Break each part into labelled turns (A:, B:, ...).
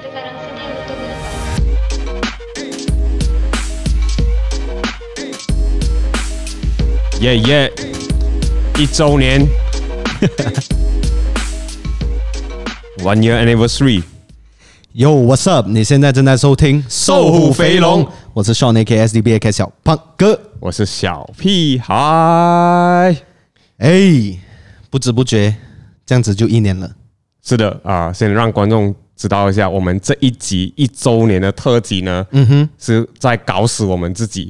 A: sekarang sini untuk melepas.
B: Yeah yeah，一周年，One Year Anniversary。
C: Yo, what's up？你现在正在收听《
B: 瘦虎肥龙》，
C: 我是少年 K S D B A K 小胖哥。
B: 我是小屁孩。
C: 哎，不知不觉这样子就一年了。
B: 是的啊、先让观众知道一下，我们这一集一周年的特辑呢，嗯哼，是在搞死我们自己。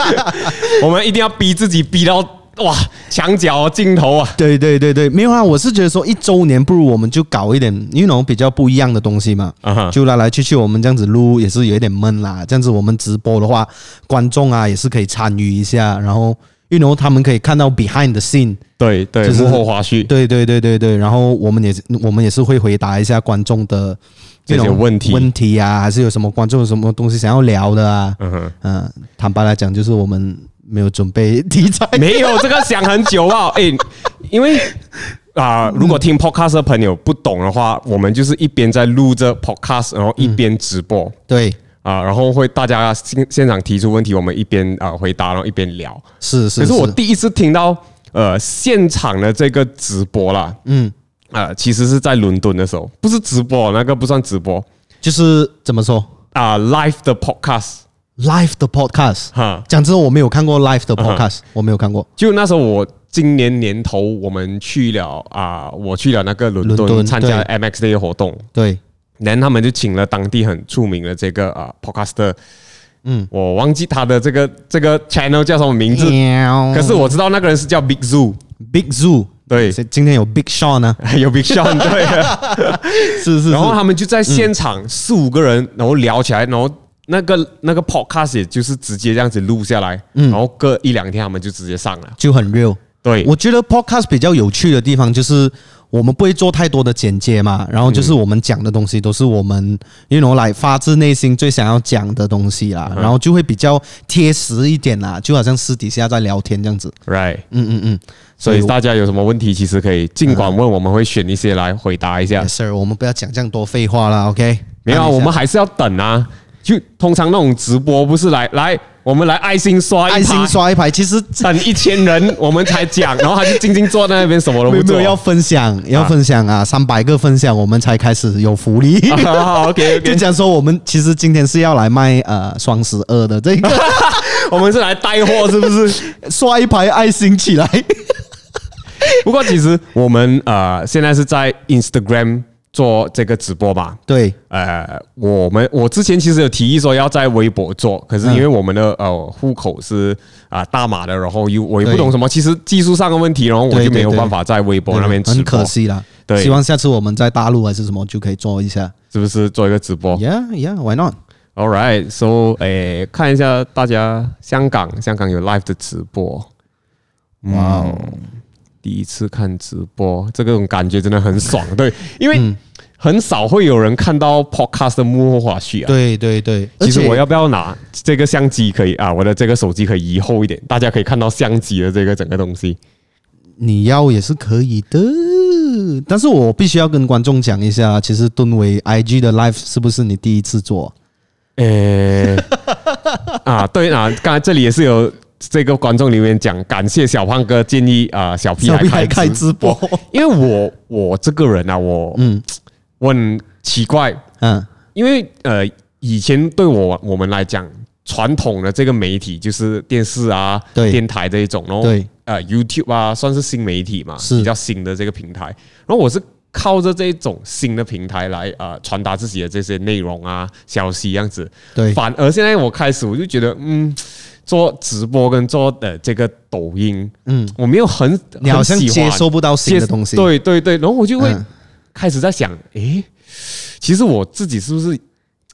B: 我们一定要逼自己逼到哇，墙角镜头啊！
C: 对对对对，没有啊，我是觉得说一周年不如我们就搞一点，you know，比较不一样的东西嘛。
B: 啊哈
C: 就来来去去，我们这样子录也是有一点闷啦。这样子我们直播的话，观众啊也是可以参与一下，然后 you know 他们可以看到 behind the scene。
B: 对对，
C: 就是
B: 幕后花絮
C: 对对对对对，然后我们也是我们也是会回答一下观众的
B: 这些
C: 种
B: 问题
C: 问题啊，还是有什么观众有什么东西想要聊的啊？嗯
B: 哼
C: 坦白来讲，就是我们没有准备 题材。
B: 没有这个想很久啊， 哎、因为啊、如果听 podcast 的朋友不懂的话，我们就是一边在录着 podcast，然后一边直播。
C: 对，
B: 啊，然后会大家现现场提出问题，我们一边啊、回答，然后一边聊。
C: 是是。
B: 可是我第一次听到呃现场的这个直播啦，嗯，啊，其实是在伦敦的时候，不是直播，那个不算直播
C: 就是怎么说
B: 啊、l i v e 的 podcast，
C: ，live 的 podcast。
B: 哈
C: 讲真的，我没有看过 live 的
B: 嗯
C: podcast，、我没有看过。
B: 就那时候我今年年头我们去了啊、我去了那个伦
C: 伦
B: 敦
C: 敦
B: 参加
C: 对
B: MX 的一个活动，
C: 对，
B: 然后他们就请了当地很出名的这个啊、podcaster，嗯，我忘记他的这个这个 channel 叫什么名字，可是我知道那个人是叫 Big Zoo，
C: Big Zoo
B: 对
C: 是今天有 Big Sean 呢、
B: 还 有 Big Sean 对啊，
C: 是是
B: 然后他们就在现场四五个人，然后聊起来，然后那个那个 podcast 也就是直接这样子录下来，然后隔一两天他们就直接上了。
C: 就很 real。
B: 对
C: 我觉得 podcast 比较有趣的地方就是我们不会做太多的简介嘛，然后
B: 嗯
C: 就是我们讲的东西都是我们，you know，来发自内心最想要讲的东西啦，
B: 嗯
C: 然后就会比较贴实一点啦，就好像私底下在聊天这样子。
B: ，right，
C: 嗯嗯嗯，
B: 所以
C: 我
B: 大家有什么问题，其实可以尽管问，我们会选一些来回答一下
C: Yes。sir，我们不要讲这样多废话啦，OK？
B: 嗯
C: 哎
B: 没有啊，
C: 看一下
B: 我们还是要等啊。就通常那种直播不是来来，我们来爱心刷一
C: 爱心
B: 排
C: 刷一排，其 实
B: 等一千人我们才讲， 然后他就静静坐在那边什么都
C: 没
B: 不
C: 有没
B: 做
C: 有。要分享，要分享啊，三百个分享我们才开始有福利。
B: 啊 OK
C: 就
B: OK，
C: 讲说我们其实今天是要来卖呃双十二的 这个。
B: 我们是来带货是不是？
C: 刷一排爱心起来。
B: 不过其实我们呃现在是在 Instagram 做这个直播吧。
C: 对，
B: 呃，我们我之前其实有提议说要在微博做，可是因为我们的呃户口是啊、大马的，然后又我也不
C: 对
B: 懂什么，其实技术上的问题，然后我
C: 对
B: 就
C: 对
B: 没有
C: 对
B: 办法在微博那边直
C: 很
B: 播
C: 可，惜啦。
B: 对
C: 希望下次我们在大陆还是什么就可以做一下。
B: 是不是做一个直播
C: Yeah, yeah, why not？
B: ？All right，so 诶，看一下大家香港，香港有 live 的直播，嗯
C: 哇、哦，
B: 第一次看直播，这个种感觉真的很爽，对，因
C: 嗯
B: 为很少会有人看到 podcast 的幕后花絮啊。
C: 对对对，
B: 其实
C: 而且
B: 我要不要拿这个相机可以啊？我的这个手机可以移后一点，大家可以看到相机的这个整个东西。
C: 你要也是可以的，但是我必须要跟观众讲一下，其实蹲伟 IG 的 live 是不是你第一次做？
B: 诶、 啊，对啊，刚才这里也是有这个观众留言讲，感谢小胖哥建议啊，小屁
C: 小屁
B: 孩
C: 孩
B: 开
C: 开
B: 直
C: 直 播，
B: 因为我我这个人啊，我嗯，我很奇怪，
C: 嗯，
B: 因为呃，以前对我我们来讲，传统的这个媒体就是电视啊、
C: 对
B: 电台这一种，然后
C: 对
B: 呃 YouTube 啊，算是新媒体嘛，
C: 是
B: 比较新的这个平台。然后我是靠着这一种新的平台来呃传达自己的这些内容啊、消息这样子。
C: 对
B: 反而现在我开始我就觉得，嗯，做直播跟做的这个抖音，嗯，我没有很
C: 你好像
B: 很喜欢
C: 接收不到新
B: 接
C: 的东西。
B: 对对对，然后我就会
C: 嗯
B: 开始在想，诶，其实我自己是不是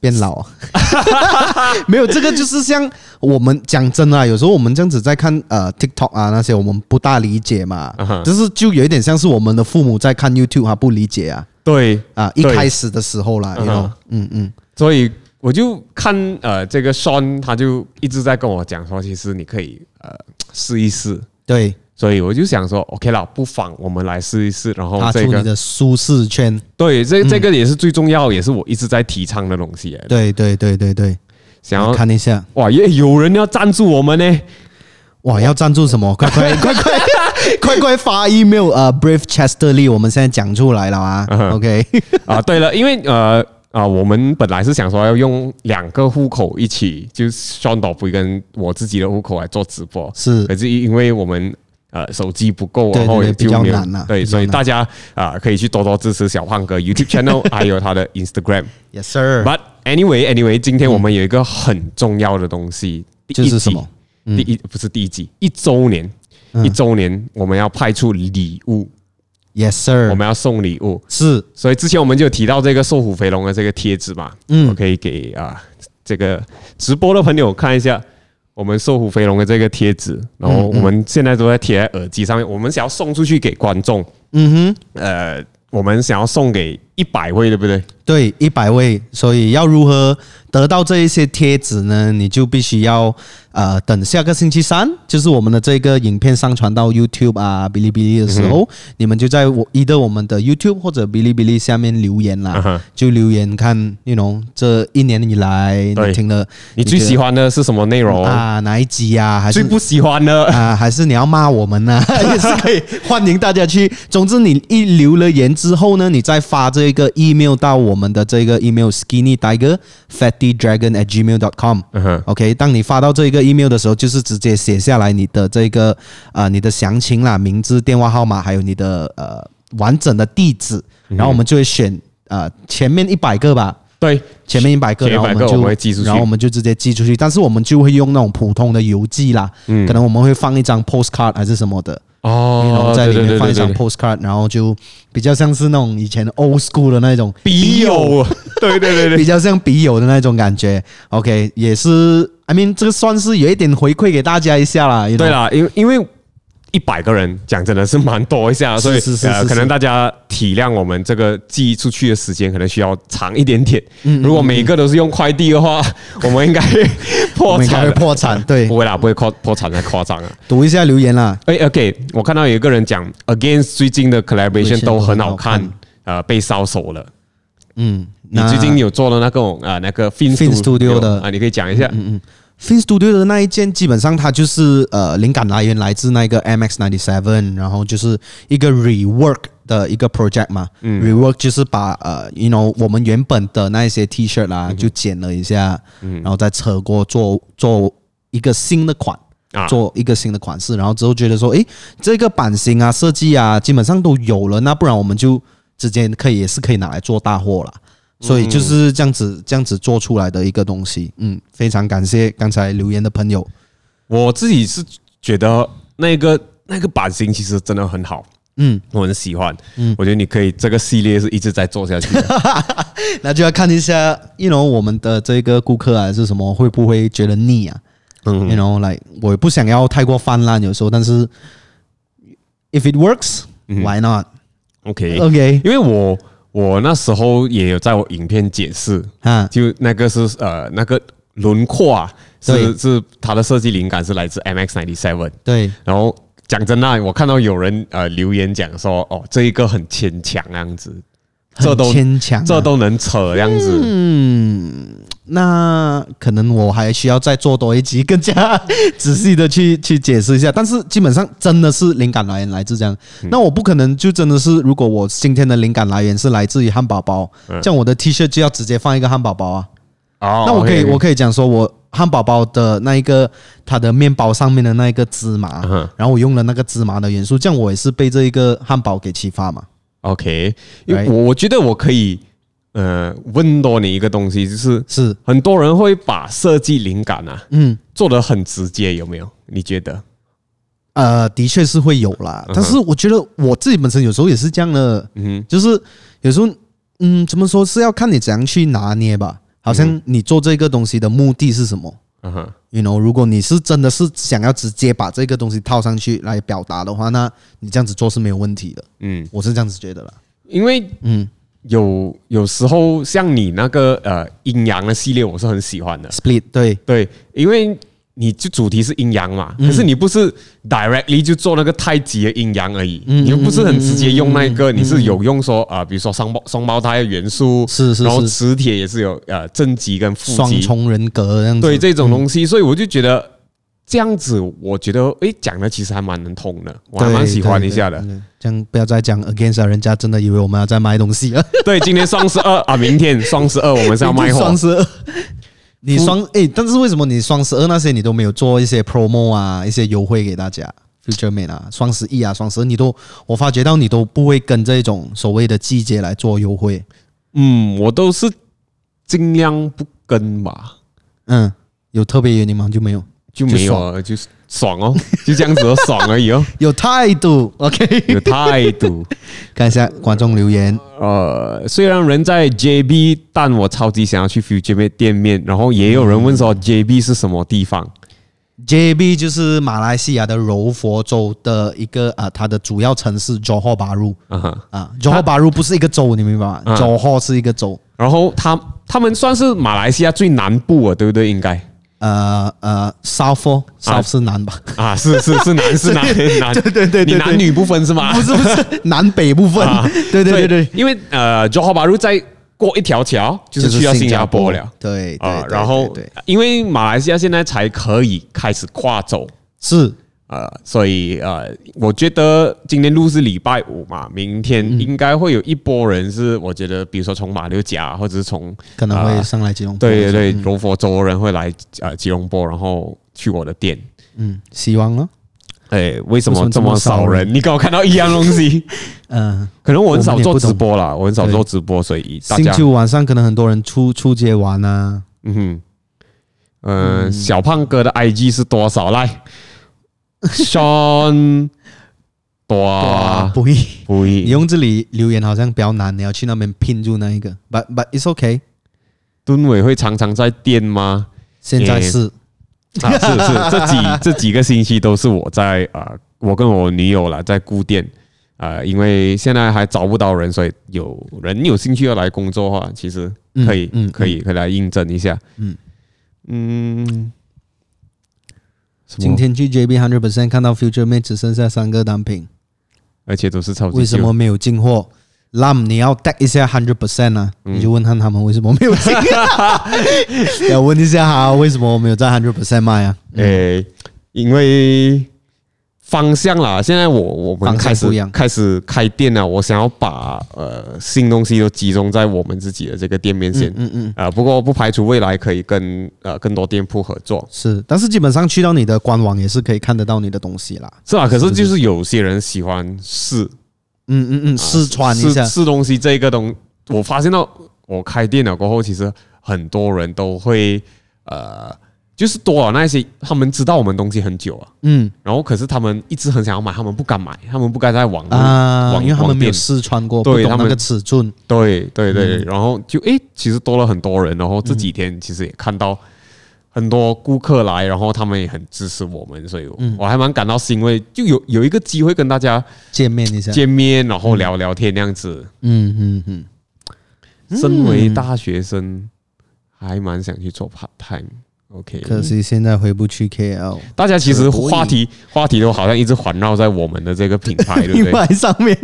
C: 变老 啊，没有这个就是像我们讲真的啊，有时候我们这样子在看呃 TikTok 啊那些，我们不大理解嘛
B: 嗯哼，
C: 就是就有一点像是我们的父母在看 YouTube 啊，不理解啊
B: 对
C: 啊，一
B: 对
C: 开始的时候啦，
B: 嗯
C: 你
B: 哼
C: 嗯嗯，
B: 所以我就看呃，这个 Sean 他就一直在跟我讲说，其实你可以呃试一试
C: 对
B: 所以我就想说，OK 了，不妨我们来试一试。然后
C: 踏
B: 这
C: 出你
B: 个
C: 的嗯舒适圈。
B: 对，这这个也是最重要，也是我一直在提倡的东西。哎
C: 对对对对对，
B: 想要
C: 看一下，
B: 哇，也有人要赞助我们呢。
C: 哇，要赞助什么？ 快快快快快快发 email 呃，Brave Chester Lee，我们现在讲出来了啊。
B: 嗯哼
C: OK，
B: 啊，对了，因为呃啊、我们本来是想说要用两个户口一起，就是双岛不跟我自己的户口来做直播，
C: 是
B: 可是因为我们。呃，手机不够，
C: 对
B: 然后
C: 对
B: 也
C: 对
B: 就没
C: 比
B: 有
C: 较难啊
B: 对，
C: 比较
B: 所以
C: 难
B: 大家啊、可以去多多支持小胖哥 YouTube channel，还有他的 Instagram。
C: Yes sir，
B: But anyway anyway，今天我们有一个很重要的东西，第一
C: 就是什
B: 集
C: 么？嗯
B: 第一不是第一集，一周年，一周年我们要派出礼物，
C: ？Yes
B: 我
C: sir，
B: 们要送礼物。
C: 是
B: 所以之前我们就有提到这个瘦虎肥龙的这个贴纸嘛，嗯，我可以给啊这个直播的朋友看一下我们瘦虎肥龙的这个贴纸，然后我们现在都在贴在耳机上面，我们想要送出去给观众，嗯哼，呃，我们想要送给一百位，对不对？
C: 对一百位，所以要如何得到这一些贴纸呢？你就必须要呃等下个星期三，就是我们的这个影片上传到 YouTube 啊、哔哩哔哩的时
B: 嗯
C: 候，你们就在我一的我们的 YouTube 或者哔哩哔哩下面留言啦，
B: 嗯哼
C: 就留言看，you know 这一年以来
B: 对
C: 你听了
B: 你最喜欢的是什么内容？
C: 啊哪一集啊，还
B: 最
C: 是
B: 不喜欢的？
C: 啊，还是你要骂我们 呢、也是可以欢迎大家去。总之，你一留了言之后呢，你再发这个 email 到我们的这个 email skinny tiger fatty dragon at gmail dot com。
B: 嗯哼
C: OK，当你发到这个 email 的时候，就是直接写下来你的这个啊、呃你的详情啦、名字、电话号码，还有你的呃完整的地址，
B: 嗯
C: 然后我们就会选呃前面一百个吧，
B: 对，
C: 前面一百个，
B: 前
C: 然后
B: 100个
C: 就
B: 我们会寄出去
C: 然后我们就直接寄出去，但是我们就会用那种普通的邮寄啦，可能我们会放一张 postcard 还是什么的，
B: 嗯
C: 然
B: 哦
C: 后，在
B: 对
C: 里
B: 对
C: 面
B: 对
C: 放一
B: 对
C: 张
B: 对，
C: postcard，然后就比较像是那种以前 old school 的那种
B: 笔
C: E
B: 友， 对对对对，
C: 比较像笔友的那种感觉。OK，也是，I mean 这个算是有一点回馈给大家一下啦，you know，
B: 对啦，因为因为一百个人讲真的是蛮多一下，
C: 是
B: 所以
C: 是是
B: 呃
C: 是
B: 可能
C: 是
B: 大家体谅我们这个寄出去的时间可能需要长一点点。
C: 嗯
B: 如果每个都是用快递的话，我们应该
C: 我
B: 破
C: 们应该
B: 产
C: 会
B: 了。
C: 破产，对
B: 不，会啦，不会破破产太夸张啊！
C: 读一下留言啦。
B: 哎，OK，我看到有一个人讲，Against 最近的 collaboration 都很好看
C: 都很好，
B: 呃，被烧手了。
C: 嗯，
B: 你
C: 那
B: 最近有做了那个啊、呃那个 Fin
C: Fin Studio 的
B: 啊，你可以讲一下。嗯嗯
C: Fin Studio 的那一件，基本上它就是呃，灵感来源来自那个 MX 9 7然后就是一个 rework 的一个 project 嘛。rework 就是把呃，you know 我们原本的那一些 T 恤啦，就剪了一下，然后再扯过做做一个新的款。
B: 啊
C: 做一个新的款式，然后之后觉得说，诶，这个版型啊、设计啊，基本上都有了，那不然我们就直接可以也是可以拿来做大货了。所以就是这样子，这样子做出来的一个东西。嗯，非常感谢刚才留言的朋友。
B: 我自己是觉得那个那个版型其实真的很好，
C: 嗯，
B: 我很喜欢。嗯，我觉得你可以这个系列是一直在做下去 的。
C: 那就要看一下，you know 我们的这个顾客啊是什么，会不会觉得腻啊？嗯，you know like 我也不想要太过泛滥，有时候，但是 if it works、why not？
B: OK，
C: OK
B: 因为我我那时候也有在我影片解释，
C: 啊，
B: 就那个是呃那个轮廓啊，是
C: 对
B: 是它的设计灵感是来自 MX 9 7
C: 对，
B: 然后讲真啊，我看到有人呃留言讲说，哦，这一个很牵强那样子，这
C: 很
B: 都
C: 牵强、啊，
B: 这都能扯这样子。
C: 嗯，那可能我还需要再做多一集，更加 仔细的去去解释一下。但是基本上真的是灵感来源来自这样，那我不可能就真的是，如果我今天的灵感来源是来自于汉堡包，这样我的 T 恤就要直接放一个汉堡包啊。
B: 哦
C: 那我可以
B: OK，OK
C: 我可以讲说我。汉堡包的那一个，它的面包上面的那一个芝麻
B: 嗯哼
C: 然后我用了那个芝麻的元素，这样我也是被这一个汉堡给启发嘛。
B: OK，因为
C: Right
B: 我我觉得我可以呃问多你一个东西，就是
C: 是，
B: 很多人会把设计灵感啊
C: 嗯，
B: 做得很直接，有没有？你觉得？
C: 呃，的确是会有啦，但是我觉得我自己本身有时候也是这样的，
B: 嗯
C: 就是有时候，嗯，怎么说是要看你怎样去拿捏吧。好
B: 嗯
C: 像你做这个东西的目的是什么
B: 哼，嗯哼，
C: ？You know，如果你是真的是想要直接把这个东西套上去来表达的话，那你这样子做是没有问题的。
B: 嗯，
C: 我是这样子觉得啦。
B: 因为
C: 嗯
B: 有有时候像你那个呃阴阳的系列，我是很喜欢的。
C: ，Split 对，
B: 对，因为你就主题是阴阳嘛，可是你不是 directly 就做那个太极的阴阳而已，你又不是很直接用那个，你是有用说啊、比如说双胞双胞胎的元素，
C: 是是
B: 然后
C: 是
B: 磁铁也是有呃正极跟负
C: 双
B: 极，
C: 重人格这样子。
B: 对这种东西，所以我就觉得这样子，我觉得诶讲的其实还蛮能通的，我还
C: 对
B: 蛮喜欢一下。的
C: 对。对对这样不要再讲 against 啊了，人家真的以为我们要在卖东西啊了。
B: 对，今天双十二啊，明天双十二我们是要卖货
C: 双，十二，你双哎、但是为什么你双十二那些你都没有做一些 promo 啊，一些优惠给大家？Future Man 啊，双十一啊，双十二你都，我发觉到你都不会跟这种所谓的季节来做优惠。
B: 嗯，我都是尽量不跟吧，
C: 嗯，有特别原因吗？就没有，
B: 就没有啊就是爽哦，就这样子哦，爽而已哦，
C: 有态度。OK，
B: 有态度。
C: 看一下观众留言，
B: 呃，虽然人在 JB，但我超级想要去 Future Mate 店面。然后也有人问说 JB 是什么地方？
C: JB 就是马来西亚的柔佛州的一个啊，它的主要城市 Johor Bahru
B: 啊哈，
C: 啊，Johor Bahru 不是一个州，你明白吗
B: 嗯
C: ？Johor 是一个州，
B: 然后他他们算是马来西亚最南部啊，对不对？应该
C: 呃呃，South for South 是南吧？
B: 啊，是是是 南是南南，
C: 对对对对
B: 你男女不分是吗？
C: 不是不是 南北部分
B: 啊，
C: 对对对对，，
B: 因为呃，Johor Bahru 再过一条桥就是去到新加坡了。
C: 对对
B: 啊
C: 对，，
B: 然后
C: 对对对
B: 因为马来西亚现在才可以开始跨州，
C: 是
B: 呃，所以呃，我觉得今天录是礼拜五嘛，明天
C: 嗯
B: 应该会有一波人是，我觉得比如说从马六甲或者是从
C: 可能会
B: 呃
C: 上来吉隆坡，
B: 对对对，柔佛州人会来呃吉隆坡，然后去我的店。
C: 嗯，希望咯，
B: 哎，为什
C: 为什
B: 么
C: 么
B: 这
C: 这么
B: 么少
C: 少人
B: 人？你刚好看到一样东 西，
C: 嗯，
B: 可能我很
C: 我
B: 少
C: 们也
B: 做
C: 不懂
B: 直播啦，我很少做直播，所以大
C: 星
B: 家
C: 期五晚上可能很多人出出街玩啊，
B: 嗯哼，
C: 嗯
B: 呃，小胖哥的 IG 是多少？来 ，Sean 多
C: 不易。
B: 不
C: 你
B: 一
C: 用这里留言好像比较难，你要去那边拼住那一个。But but it's okay，
B: 蹲伟会常常在店吗？
C: 现在是、
B: 啊，是是，这几这几个星期都是我在啊、呃我跟我女友啦，在顾店啊、呃因为现在还找不到人，所以有人有兴趣要来工作的话，其实
C: 嗯
B: 可以，
C: 嗯
B: 可以，可以来应征一下，
C: 嗯
B: 嗯嗯，什么
C: 今天去 JB Hundred Percent 看到 Future Mate 只剩下三个单品，
B: 而且都是超级
C: 为什
B: 旧
C: 么没有进货？Lam，你要 tag 一下 Hundred Percent 啊，你就问看他们为什么没有进。 要问一下哈，为什么我没有在 Hundred Percent 卖啊？
B: 诶、因为方向啦，现在我我
C: 方
B: 们
C: 向
B: 开
C: 不一样
B: 始开始开店了，我想要把呃新东西都集中在我们自己的这个店面先，嗯嗯啊、不过不排除未来可以跟呃更多店铺合作，
C: 是，但是基本上去到你的官网也是可以看得到你的东西啦。
B: 是啊吧？可是就是有些人喜欢试
C: 嗯嗯嗯，试穿一
B: 试
C: 下，
B: 试东西这个东，我发现到我开店了过后，其实很多人都会呃，就是多了那些他们知道我们东西很久啊。
C: 嗯
B: 然后可是他们一直很想要买，他们不敢买，他们不敢在网络
C: 啊，
B: 网
C: 因为他们
B: 网
C: 没有嗯
B: 店
C: 试穿过，不
B: 对
C: 懂
B: 他
C: 那
B: 们
C: 个尺寸。
B: 对对对，然后就诶，其实多了很多人，然
C: 嗯
B: 后这几天其实也看到很多顾客来，然后他们也很支持我们，所以我,、
C: 嗯
B: 我还蛮感到欣慰，就有有一个机会跟大家
C: 见面一下，
B: 见面，然后聊聊天那样子。
C: 嗯嗯嗯，
B: 身为大学生，还蛮想去做 part time。OK，
C: 可惜现在回不去 KL。
B: 大家其实
C: 可不
B: 话题话题都好像一直环绕在我们的这个品 牌，对不
C: 品
B: 对？
C: 牌上面。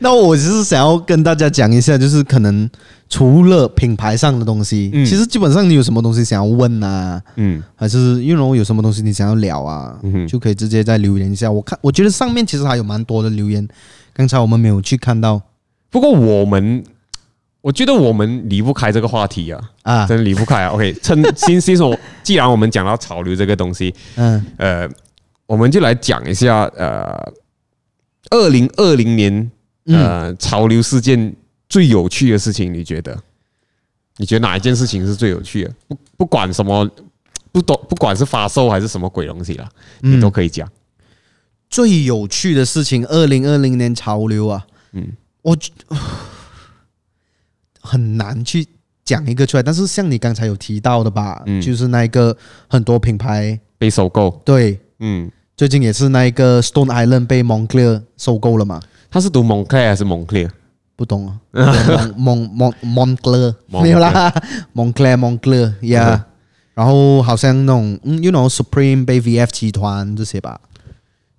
C: 那我只是想要跟大家讲一下，就是可能除了品牌上的东西，
B: 嗯
C: 其实基本上你有什么东西想要问啊，
B: 嗯
C: 还是因为我有什么东西你想要聊啊，
B: 嗯哼
C: 就可以直接在留言一下。我看我觉得上面其实还有蛮多的留言，刚才我们没有去看到
B: 不过我们，我觉得我们离不开这个话题啊，
C: 啊，
B: 真的离不开啊。OK，趁 新新手，既然我们讲到潮流这个东西，
C: 嗯
B: 呃，我们就来讲一下呃，二零二零年
C: 嗯，
B: 呃、潮流事件最有趣的事情，你觉得？你觉得哪一件事情是最有趣的？不不管什么，不懂不管是发售还是什么鬼东西啦，
C: 嗯
B: 你都可以讲。
C: 最有趣的事情，二零二零年潮流啊，嗯
B: 嗯，
C: 我很难去讲一个出来。但是像你刚才有提到的吧，
B: 嗯
C: 就是那一个很多品牌，
B: 被收购，
C: 对，
B: 嗯，
C: 最近也是那一个 Stone Island 被 Moncler 收购了嘛，
B: 他是读 Moncler 还是 Moncler？
C: 不 懂啊，Mon Mon Mon Moncler
B: Moncler 嗯
C: 没有啦，Moncler Moncler，yeah，然后好像那种嗯，you know Supreme 被 VF 集团这些吧，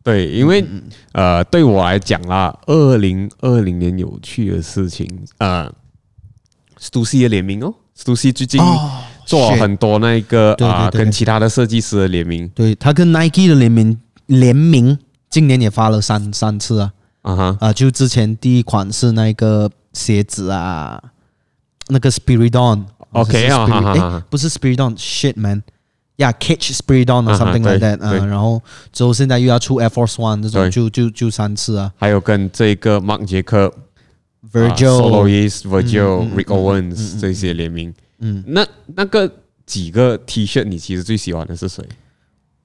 B: 对，因
C: 嗯
B: 为呃，对我来讲啦，二零二零年有趣的事情，呃，Stussy 的联名哦，Stussy 最近
C: 哦
B: 做了
C: shit
B: 很多那个
C: 对对
B: 啊、
C: 对
B: 跟
C: 对
B: 其他的设计师的联名
C: 对他跟 Nike 的联名联名，今年也发了三三次啊
B: 啊哈，
C: 啊、就之前第一款是那个鞋子啊，那个 Spiridon。
B: OK，
C: 是 Spirid-
B: 啊哈哈哈
C: 诶不是 Spiridon，shit man，yeah，catch Spiridon
B: 啊
C: or
B: 哈
C: something
B: 对
C: like that 啊、
B: 对
C: 然后之后现在又要出 Air Force One 这
B: 对
C: 种，就就就三次啊
B: 还有跟这个 Mark 杰克、
C: ，Virgil、
B: 啊
C: 嗯
B: Soloist、Virgil、Rick Owens 这些联名，嗯，那那个几个 T 恤，你其实最喜欢的是谁？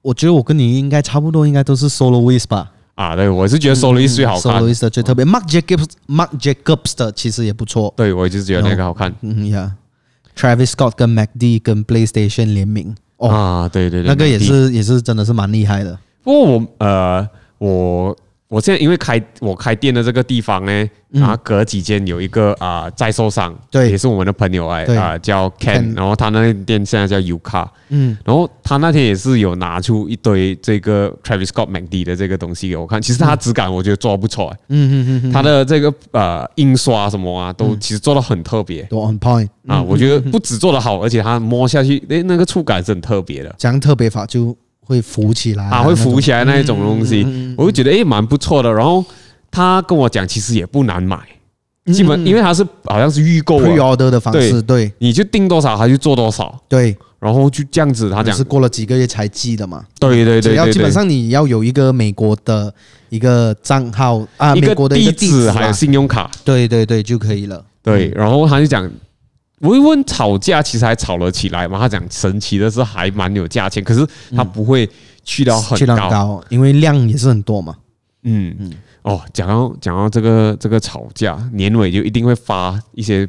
C: 我觉得我跟你应该差不多，应该都是 Soloist 吧。
B: 啊，对，我是觉得 Soloist 最好看，
C: 嗯 Soloist 的最特别，Mark Jacobs、Mark Jacobs 的其实也不错。
B: 对我就是觉得那个好看
C: 嗯呀、t r a v i s Scott 跟 MacD 跟 PlayStation 联名，哦，
B: 啊，对对对，
C: 那个也
B: 第一
C: 是也是真的是蛮厉害的。
B: 不过我呃，我我现在因为开我开店的这个地方呢，然后隔几间有一个啊、在售商，
C: 嗯对
B: 也是我们的朋友哎
C: 对
B: 啊、叫 Ken，
C: Ken
B: 然后他那间店现在叫 Uka，
C: 嗯，
B: 然后他那天也是有拿出一堆这个 Travis Scott McD 的这个东西给我看，其实他质感我觉得做的不错、哎
C: 嗯嗯嗯嗯
B: 他的这个呃印刷什么啊，都其实做的很特别。
C: 都 on point。
B: 啊，我觉
C: 嗯
B: 得不止做的好，而且它摸下去，诶，那个触感是很特别的。
C: 这样特别法就会浮起来
B: 啊，会浮
C: 来。
B: 起来那一种东
C: 嗯
B: 西，我就觉得诶蛮不错的。然后他跟我讲，其实也不难买，
C: 嗯
B: 基本因为他是好像是预购
C: pre
B: 啊，
C: order 的方式，对
B: 你就订多少他就做多少，
C: 对，
B: 然后啊就这样子。他
C: 你
B: 讲
C: 是，过了几个月才寄的嘛。
B: 对对
C: 只
B: 对
C: 要
B: 对
C: 基本
B: 对，
C: 上你要有一个美国的一个账号啊，美国的一
B: 地
C: 个地址
B: 还有
C: 啊，嗯
B: 信用卡，
C: 对对对就可以了。
B: 对。然后他就讲，我一问吵架，其实还吵了起来嘛。他讲神奇的是还蛮有价钱，可是他不会去到很
C: 嗯去量
B: 高。
C: 高，因为量也是很多嘛。
B: 嗯，哦，讲到讲到这个这个吵架，年尾就一定会发一些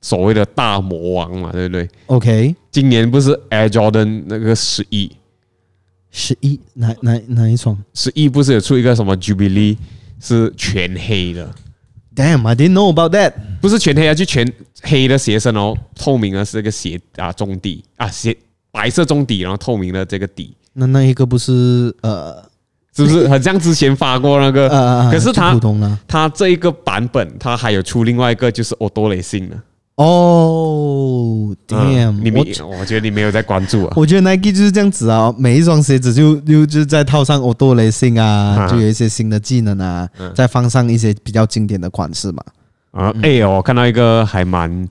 B: 所谓的大魔王嘛，对不对？
C: OK，
B: 今年不是 Air Jordan 那个十一
C: 十一哪哪哪一双
B: 十一不是有出一个什么 Jubilee 是全黑的，
C: ？Damn，I didn't know about that。
B: 不是全黑啊，就全黑的鞋身哦，透明的是个鞋啊中底啊鞋白色中底，然后透明的这个底，
C: 那那一个不是呃
B: 是不是很像之前发过那个？
C: 呃，
B: 可是
C: 就
B: 它
C: 普通了
B: 它这一个版本，它还有出另外一个就是 o d o l e s i n 的。
C: 哦
B: 嗯你
C: ，damn，
B: 没
C: 我，
B: 我觉得你没有在关注啊。
C: 我觉得 Nike 就是这样子啊，每一双鞋子就就就再套上 o d o l e s i n
B: 啊
C: 啊，就有一些新的技能啊，
B: 嗯
C: 再放上一些比较经典的款式嘛。
B: 啊，哎、我看到一个还蛮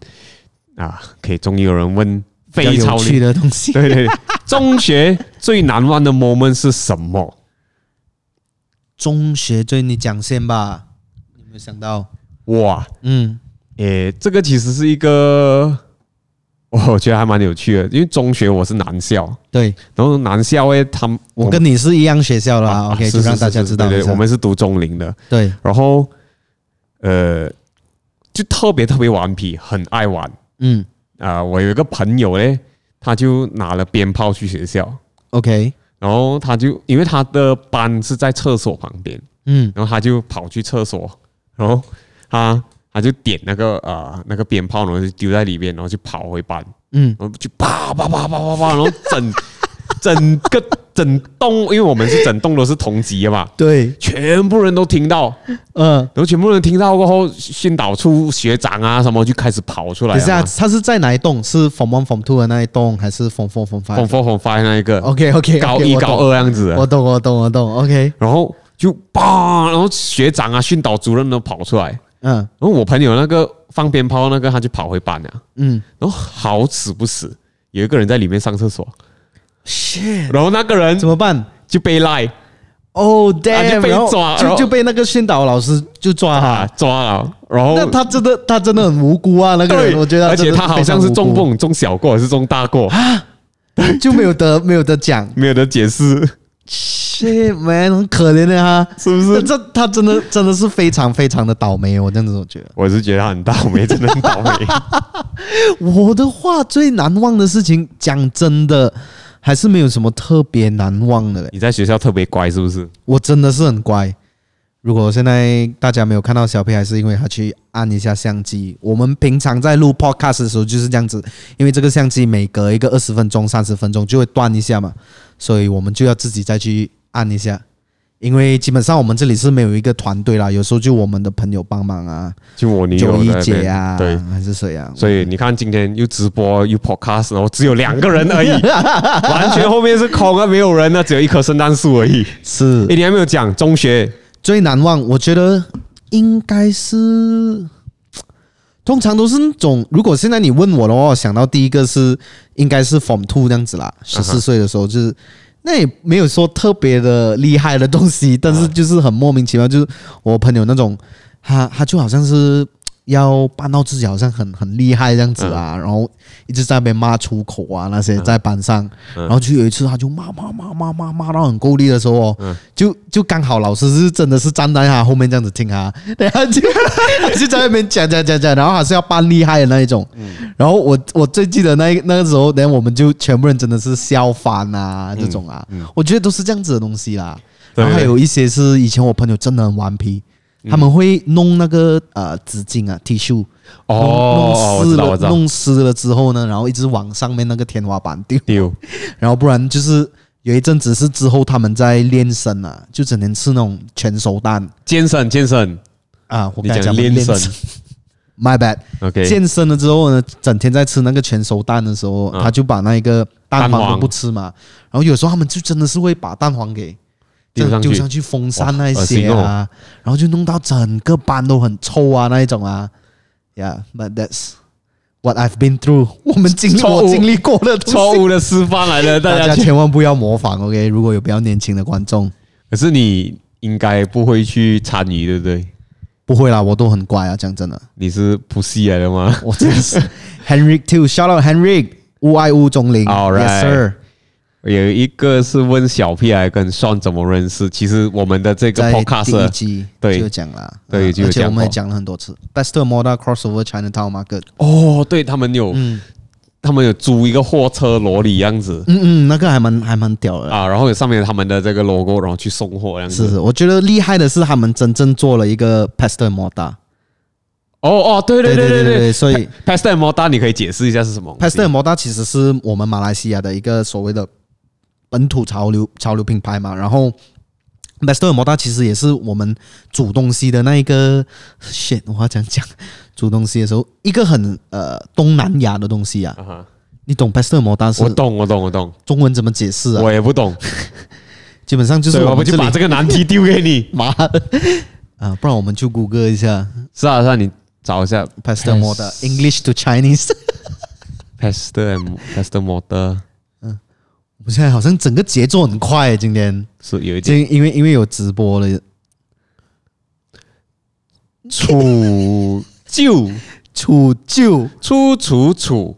B: 啊，可以，终于有人问
C: 比较
B: 非超
C: 有
B: 龄
C: 趣的东西，
B: 对对，对 中学最难忘的 moment 是什么？
C: 中学追你讲先吧，有没有想到？
B: 哇，
C: 嗯，
B: 诶，这个其实是一个，我觉得还蛮有趣的，因为中学我是男校，
C: 对
B: 然后男校诶，他们
C: 我跟你是一样学
B: 啊
C: 校啦，OK，
B: 是
C: 就是让
B: 是
C: 大家
B: 是
C: 知道
B: 对
C: 一
B: 对，
C: 下
B: 我。们是读中林的，
C: 对，
B: 然后呃，就特别特别顽皮，很爱玩
C: 嗯
B: 啊、我有一个朋友嘞，他就拿了鞭炮去学校。
C: ，OK，
B: 然后他就因为他的班是在厕所旁边，
C: 嗯
B: 然后他就跑去厕所，然后他他就点那个呃那个鞭炮，然后就丢在里面，然后就跑回班，
C: 嗯，
B: 然后就啪啪啪啪啪啪，然后整整个整栋，因为我们是整栋都是同级的嘛，
C: 对，
B: 全部人都听到，然
C: 嗯，
B: 后全部人听到过后，训导处学长啊什么就开始跑出来啊
C: 等一下，
B: 了嘛。
C: 他是在哪一栋？是 Form One、Form Two 的那一栋，还是 Form Four、Form
B: 红
C: Five？OK
B: 发红发那一个
C: OK，
B: 高一高二样子的，
C: 我懂，我懂，我懂。OK，
B: 然后就叭，然后学长啊、训导主任都跑出来，然
C: 嗯
B: 后我朋友那个放鞭炮那个他就跑回班了，
C: 嗯
B: 然后好死不死有一个人在里面上厕所，
C: ，shit，
B: 然后那个人
C: 怎么办？
B: 就被赖
C: 哦、
B: 啊
C: damn，
B: 就被
C: 然后
B: 抓然后
C: 就就被那个训导老师就抓
B: 啊
C: 哈。
B: 抓了，然后
C: 那他真的，他真的很无辜啊！那个
B: 对，
C: 人，我觉得
B: 而
C: 真
B: 且
C: 的
B: 他好像是
C: 非常
B: 中
C: 无辜，
B: 蹦、中小过还是中大过，
C: 就没有得没有得奖。
B: 没有得解释，
C: shit man，很可怜的他，
B: 是不
C: 这
B: 是？
C: 这他真的真的是非常非常的倒霉，我这样子我觉得。
B: 我是觉得他很倒霉，真的很倒 霉。
C: 我的话最难忘的事情，讲真的，还是没有什么特别难忘的嘞。
B: 你在学校特别乖是不是？
C: 我真的是很乖。如果现在大家没有看到小佩，还是因为他去按一下相机。我们平常在录 podcast 的时候就是这样子，因为这个相机每隔一个二十分钟、三十分钟就会断一下嘛，所以我们就要自己再去按一下。因为基本上我们这里是没有一个团队啦，有时候就我们的朋友帮忙啊，
B: 就我女友
C: 九一
B: 的那
C: 姐
B: 边
C: 啊，
B: 对，
C: 还是谁啊？
B: 所以你看，今天又直播又 podcast，然后只有两个人 而已，完全后面是空啊，没有人啊，只有一棵圣诞树而已。
C: 是
B: 诶，你还没有讲中学
C: 最难忘，我觉得应该是，通常都是那种，如果现在你问我的话，我想到第一个是应该是 form two 这样子啦，十四岁的时候就是。那也没有说特别的厉害的东西，但是就是很莫名其妙，就是我朋友那种，他他就好像是要扮到自己好像很很厉害这样子啊，然后一直在那边骂出口啊那些在班上，然后就有一次他就骂骂骂骂骂骂到很够力的时候哦，就就刚好老师是真的是站在他后面这样子听他，然后就就在那边讲讲讲讲，然后还是要扮厉害的那一种。然后我我最记得那一那个时候，然后我们就全部人真的是笑翻啊这种啊，我觉得都是这样子的东西啦。
B: 对
C: 然后还有一些是以前我朋友真的很顽皮，他们会弄那个呃纸巾啊 T 恤，
B: 哦哦
C: 弄
B: 我
C: 湿
B: 知道
C: 了
B: 我知道
C: 弄湿了之后呢，然后一直往上面那个天花板丢。
B: 丢
C: 然后不然就是有一阵子是之后他们在练身啊，就只能吃那种全熟蛋
B: 健身健身
C: 啊。我
B: 你
C: 刚才
B: 讲
C: 了
B: 练 身
C: ，my bad。
B: ，OK，
C: 健身了之后呢，整天在吃那个全熟蛋的时候，
B: 嗯
C: 他就把那一个蛋
B: 蛋
C: 黄
B: 黄
C: 都不吃嘛。然后有时候他们就真的是会把蛋黄给
B: 丢上去
C: 丢上去风扇那一
B: 恶
C: 些
B: 心
C: 啊
B: 哦，
C: 然后就弄到整个班都很臭啊那一种啊。Yeah，but that's what I've been through。我 们经历
B: 错误
C: 我经历过的东西
B: 错误的示范来 了，大
C: 大
B: 家
C: 家
B: 去。
C: 千万不要模仿，OK？如果有比较年轻的观众，
B: 可是你应该不会去参与，对不对？
C: 不会啦，我都很乖啊，讲真的，
B: 你是不系来的吗？
C: 我真的 是 Henry Two，shout out Henry，无爱无中林
B: All right
C: yes sir，
B: 有一个是问小屁孩跟算怎么认识，其实我们的这个
C: 在第一
B: podcast
C: 集
B: 对
C: 就讲啦，
B: 对
C: 嗯
B: 就有
C: 而且
B: 讲
C: 我们也
B: 过
C: 讲了很多次，Best Moda Crossover Chinatown Market，
B: 哦，对他们有，
C: 嗯
B: 他们有租一个货车萝莉样子
C: 嗯嗯，那个还蛮还蛮屌的。
B: 啊，然后有上面有他们的这个 logo，然后去送货样
C: 是
B: 子。
C: 是，我觉得厉害的是他们真正做了一个 Pastor Moda，
B: 哦哦，对对
C: 对
B: 对
C: 对
B: 对对，
C: 所以
B: Pastel Moda，你可以解释一下是什么东西
C: Pastel Moda 其实是我们马来西亚的一个所谓的本土潮流潮流品牌嘛，然后 Pastel Moda 其实也是我们煮东西的那一个 shit，我要讲讲煮东西的时候一个很呃东南亚的东西啊，
B: 啊哈
C: 你懂 Pastel Moda
B: 我
C: 是
B: 懂，我懂，我懂，
C: 中文怎么解释啊？
B: 我也不懂，
C: 基本上就
B: 所
C: 是
B: 以
C: 我
B: 我
C: 们
B: 们
C: 这
B: 就把
C: 里。
B: 这个难题丢给你
C: 妈的 啊，不然我们去谷歌一下
B: 是啊，是啊，你找一下
C: Pastel Moda English to Chinese。
B: Pastel and Pastel Moda，
C: 我现在好像整个节奏很快、今天
B: 是有一点
C: 今因为因为有直播了。
B: 楚就
C: 楚就
B: 出楚楚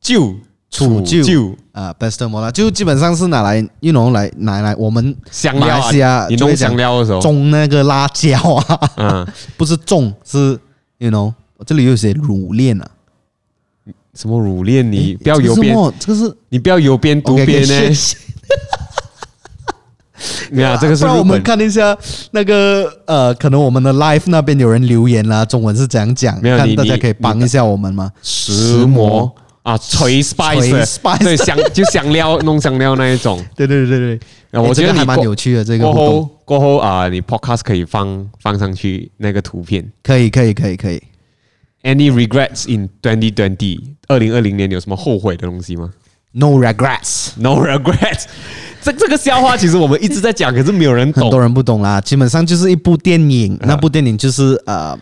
B: 就
C: 楚就
B: 就
C: 啊，Best Mola 就基本上是拿来，you know，来拿来我们
B: 香
C: 马
B: 料
C: 来西亚
B: 啊，你
C: 就会
B: 弄
C: 讲
B: 香料的时候，
C: 种那个辣椒啊，
B: 嗯，
C: 不是种，是 you know，我这里有写乳恋啊，
B: 什么乳恋你
C: 诶
B: 不要
C: 这个
B: 有
C: 是
B: 边
C: 什，么这个是
B: 你不要有边读
C: OK，OK，
B: 边呢，
C: shit，
B: 没有啊，这个是
C: 不然
B: 日
C: 我们
B: 本。
C: 看一下那个呃，可能我们的 live 那边有人留言啦，中文是怎样讲？
B: 没有
C: 看
B: 你
C: 大家
B: 你
C: 可以帮一下我们吗？
B: 石磨啊，锤 spice，
C: spice
B: 对香 就香料弄香料那一种。
C: 对对对对对，
B: 啊
C: 诶
B: 我觉得
C: 哎这个
B: 你
C: 还蛮哦
B: 过
C: 有趣的这个
B: 过
C: 活
B: 后
C: 动，
B: 过后啊，你 podcast 可以放放上去那个图片。
C: 可以可以可以可以。
B: Any regrets in 2020？二零二零年你有什么后悔的东西吗
C: No regrets，
B: ？No regrets 这。这个笑话其实我们一直在讲，可是没有人
C: 很
B: 懂
C: 多。人不懂啦，基本上就是一部电
B: 啊
C: 影，那部电影就是呃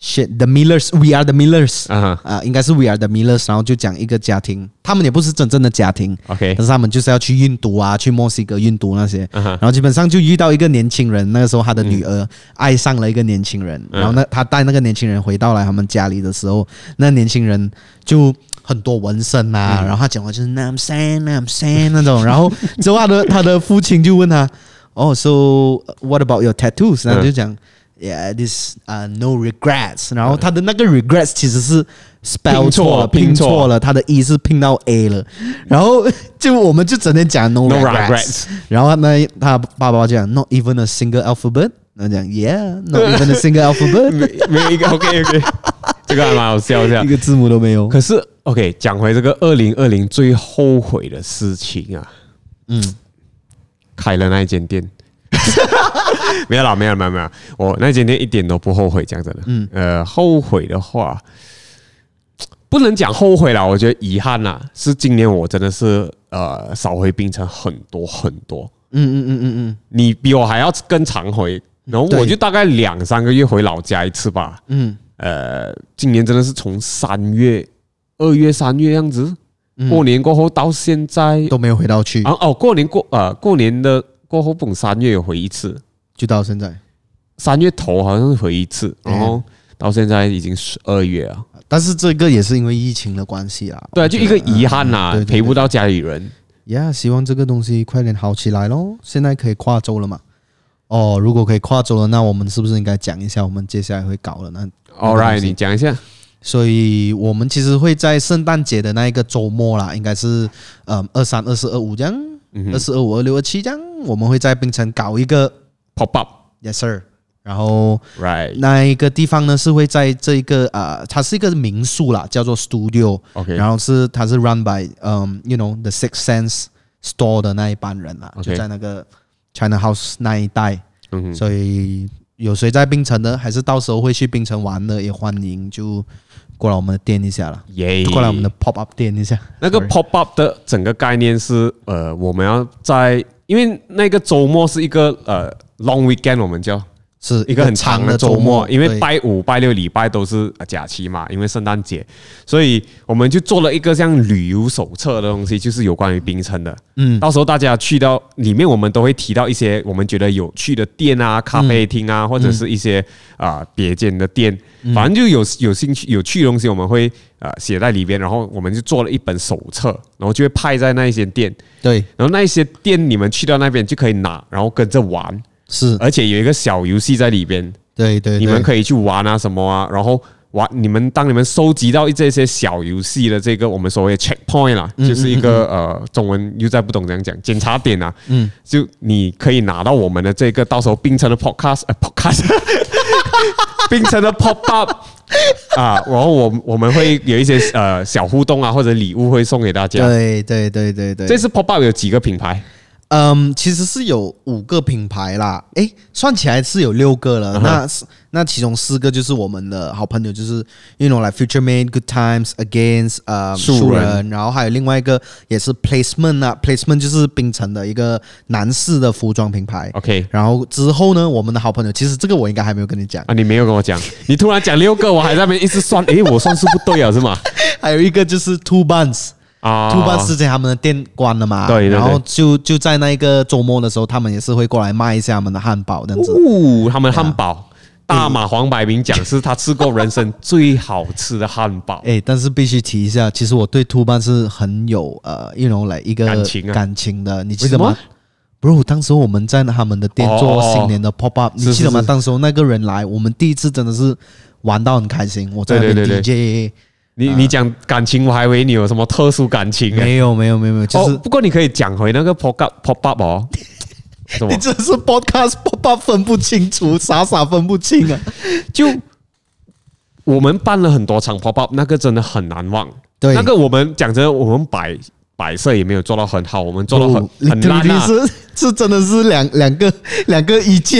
C: ，shit，The Millers，We Are the Millers，
B: 啊
C: 啊
B: 哈、
C: 应该是 We Are the Millers，然后就讲一个家庭，他们也不是真正的家庭
B: OK
C: 但是他们就是要去运毒啊，去墨西哥运毒那些
B: 嗯哼
C: 然后基本上就遇到一个年轻人，那个时候他的女儿爱上了一个年轻人，
B: 嗯
C: 然后呢，他带那个年轻人回到来他们家里的时候，那年轻人就。很多纹身
B: 嗯
C: 啊，然后他讲话就是 “I'm saying, I'm saying” 那种，然后 之后他的他的父亲就问他，哦、s o what about your tattoos？然后
B: 嗯
C: 就讲、Yeah, this 啊、no regrets。然后他的那个 regrets 其实是 spell
B: 拼错
C: 错了，
B: 拼
C: 拼
B: 错
C: 错了，他的 e 是拼到 a 了。然后就我们就整天讲 no
B: No
C: regrets。然后那他爸爸就讲 not even a single alphabet。然后讲 Yeah，not even a single alphabet，
B: 没没有一个 OK OK，这个还蛮好笑的
C: 一。个字母都没有。
B: 可是 OK，讲回这个二零二零最后悔的事情啊，
C: 嗯，
B: 开了那一间店。 没有啦，没有没有没有，我那间店一点都不后悔，讲真的。嗯，呃，后悔的话，不能讲后悔啦，我觉得遗憾啦，是今年我真的是呃少回槟城很多很多。
C: 嗯嗯嗯嗯
B: 你比我还要更常回，然后
C: 对
B: 我就大概两三个月回老家一次吧。
C: 嗯
B: 呃，今年真的是从三月、二月、三月样子，
C: 嗯
B: 过年过后到现在
C: 嗯，，都没有回到去，
B: 啊哦，过年过呃过年的过后，本三月有回一次，
C: 就到现在。
B: 三月头好像是回一次，
C: 嗯
B: 然后到现在已经十二月了。
C: 但是这个也是因为疫情的关系啦。
B: 对啊，就一个遗憾呐、
C: 对对对
B: 陪不到家里人。
C: 呀，希望这个东西快点好起来咯。现在可以跨州了嘛？哦，如果可以跨州了，那我们是不是应该讲一下我们接下来会搞了呢？
B: All right，你讲一下。
C: 所以我们其实会在圣诞节的那一个周末啦，应该是嗯二三、二四、二五这样，
B: 嗯
C: 二四、二五、二六、二七这样，我们会在槟城搞一个
B: ，pop
C: Yes sir。然后
B: up，right，OK，、
C: 那一个地方呢是会在这一个啊、呃它是一个民宿啦，叫做 Studio，然后是它是 run by 嗯、y o u know the Six Sense Store 的那一班人啦
B: OK
C: 就在那个 China House 那一带，
B: 嗯哼
C: 所以有谁在槟城的，还是到时候会去槟城玩的，也欢迎就过来我们的店一下啦，
B: 耶、
C: 过来我们的 pop up 店一下。
B: 那个
C: Sorry
B: pop up 的整个概念是，呃，我们要在，因为那个周末是一个呃 long weekend，我们叫
C: 是
B: 一个很长的周末，因为
C: 对
B: 拜五、拜六、礼拜都是呃假期嘛，因为圣诞节，所以我们就做了一个像旅游手册的东西，就是有关于冰城的。嗯，到时候大家去到里面，我们都会提到一些我们觉得有趣的店啊、咖啡厅啊，或者是一些啊、别间的店，反正就有有兴趣、有趣的东西，我们会呃写在里边，然后我们就做了一本手册，然后就会派在那一些店，
C: 对
B: 然后那一些店你们去到那边就可以拿，然后跟着玩，
C: 是，
B: 而且有一个小游戏在里边。
C: 对对，
B: 你们
C: 以
B: 可以去玩啊什么啊，然后玩你们当你们收集到这些小游戏的这个我们所谓的 checkpoint 啦，
C: 嗯
B: 就是一个呃中文又在不懂怎样讲检查点啊，嗯，就你可以拿到我们的这个到时候冰城的 podcast 呃 podcast 冰城的 pop up 啊，然后我我们会有一些呃小互动啊或者礼物会送给大家。
C: 对对对对对，
B: 这次 pop up 有几个品牌？
C: 嗯，其实是有五个品牌啦，诶，算起来是有六个
B: 嗯
C: 了。那是那其中四个就是我们的好朋友，就是 you know like Future Made、Good Times、Against 呃
B: 树
C: 树
B: 人
C: 人，然后还有另外一个也是 Placement 啊，Placement 就是槟城的一个男士的服装品牌。
B: OK
C: 然后之后呢，我们的好朋友，其实这个我应该还没有跟你讲，
B: 啊，你没有跟我讲，你突然讲六个，我还在那边一直算，诶，我算数不对啊，是吗？
C: 还有一个就是 Two Buns。
B: 啊
C: Two Buns 之前他们的店关了嘛，
B: 对对对
C: 然后就就在那一个周末的时候，他们也是会过来卖一下他们的汉堡这样子。啊
B: 哦，他们汉堡，大马黄百鸣讲是他吃过人生最好吃的汉堡。
C: 哎、但是必须提一下，其实我对兔班是很有呃，一种来一个
B: 感情啊
C: 感情的，你记得
B: 为
C: 吗
B: 什？
C: 不是，当时我们在他们的店做
B: 哦
C: 新年的 pop up，、
B: 是
C: 你记得吗？
B: 是
C: 当时候那个人来，我们第一次真的是玩到很开心，我在那
B: 对
C: 边 DJ，
B: 对对你
C: 啊
B: 你讲感情，我还以为你有什么特殊感情欸
C: 没有没有没有没有，就是、
B: 哦，不过你可以讲回那个 pop up pop up 哦， 什么
C: 你真的是 podcast pop up 分不清楚，傻傻分不清啊。
B: 就我们办了很多场 pop up，那个真的很难忘。
C: 对
B: 那个我们讲真的，我们摆摆设也没有做到很好，我们做到很很烂
C: 你
B: 啊。
C: 哦是是真的是两两个两个衣架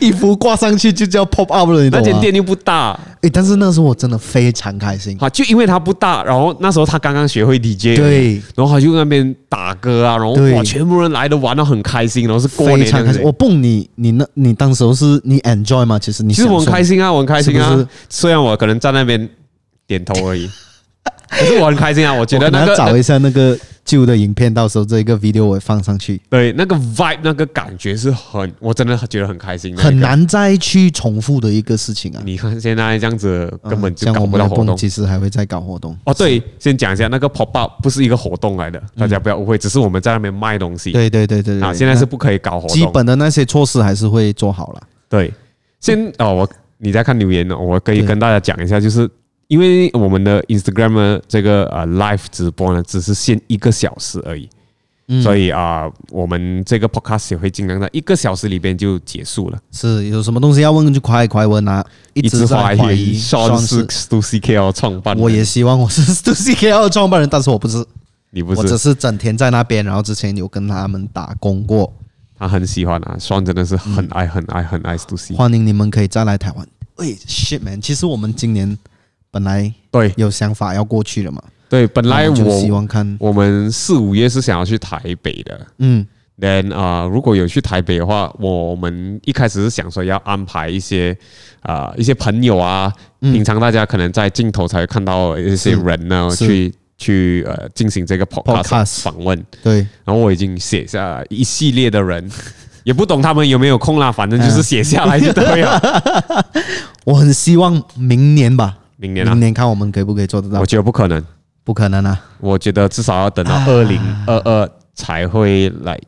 C: 衣服挂上去就叫 pop up 了，你
B: 那
C: 懂
B: 间
C: 吗？
B: 店又不大，
C: 哎、但是那时候我真的非常开心。
B: 啊，就因为他不大，然后那时候他刚刚学会 DJ，
C: 对，
B: 然后他就在那边打歌啊，然后
C: 对
B: 哇，全部人来都玩的很开心，然后是过
C: 非
B: 年这
C: 常
B: 样
C: 开心。
B: 子
C: 我。蹦你，你那，你当时候是你 enjoy 吗？其实你
B: 其实我很
C: 享受
B: 开，心啊，我很开心
C: 是不是
B: 啊，虽然我可能在那边点头而已，可是我很开心啊，我觉
C: 我
B: 得
C: 可
B: 那
C: 能
B: 个
C: 要找一欸下那个旧的影片，到时候这个 video 我会放上去，
B: 对那个 vibe 那个感觉是很，我真的觉得很开心的，
C: 很。难再去重复的一个事情啊。
B: 你看现在这样子
C: 嗯
B: 根本就
C: 像
B: 搞
C: 我
B: 不
C: 们
B: 到
C: 的
B: 活
C: 蹦
B: 动
C: 其实还会再搞活动，
B: 哦。对，先讲一下那个 pop up 不是一个活动来的，大家不要误会，只是我们在那边卖东西
C: 嗯对对对对对
B: 啊，现在是不可以搞活
C: 那
B: 动
C: 基。本的那些措施还是会做好了。
B: 对，先哦，我你在看留言哦，我可以
C: 对
B: 跟大家讲一下，就是因为我们的 Instagram 呢这个呃 live 直播呢，只是限一个小时而已，
C: 嗯
B: 所以啊、我们这个 podcast 也会尽量在一个小时里边就结束了。
C: 是有什么东西要问就快快问啊！一
B: 一
C: 直
B: 直
C: 在
B: 怀
C: 怀
B: 疑
C: 疑
B: Sean
C: 算
B: 是 Stu CKL 哦创办人，
C: 我也希望我是 s t u k l 的创办人，但是我不是，
B: 你不
C: 我只
B: 是
C: 是整天在那边，然后之前有跟他们打工过。
B: 他很喜欢啊，Sean 真的是很爱很爱很爱 Stu C，
C: 欢迎你们可以再来台湾。喂，shit man，其实我们今年本来
B: 对
C: 有想法要过去的嘛，
B: 对，本来
C: 然后就希
B: 我
C: 望看，
B: 我们四五月是想要去台北的，
C: 嗯
B: Then 啊、如果有去台北的话，我们一开始是想说要安排一些啊、一些朋友啊，平常大家可能在镜头才会看到一些人呢，
C: 嗯是
B: 去去呃进行这个
C: Podcast
B: podcast 访问。
C: 对，
B: 然后我已经写下来一系列的人， 也不懂他们有没有空啦，反正
C: 嗯
B: 就是写下来就对 了。
C: 我很希望明年吧，
B: 明年啊哦
C: 明，年看我们可不可以做得到
B: 我，觉得不可能，
C: 不可能啊，
B: 我觉得至少要等到二零二二才会来。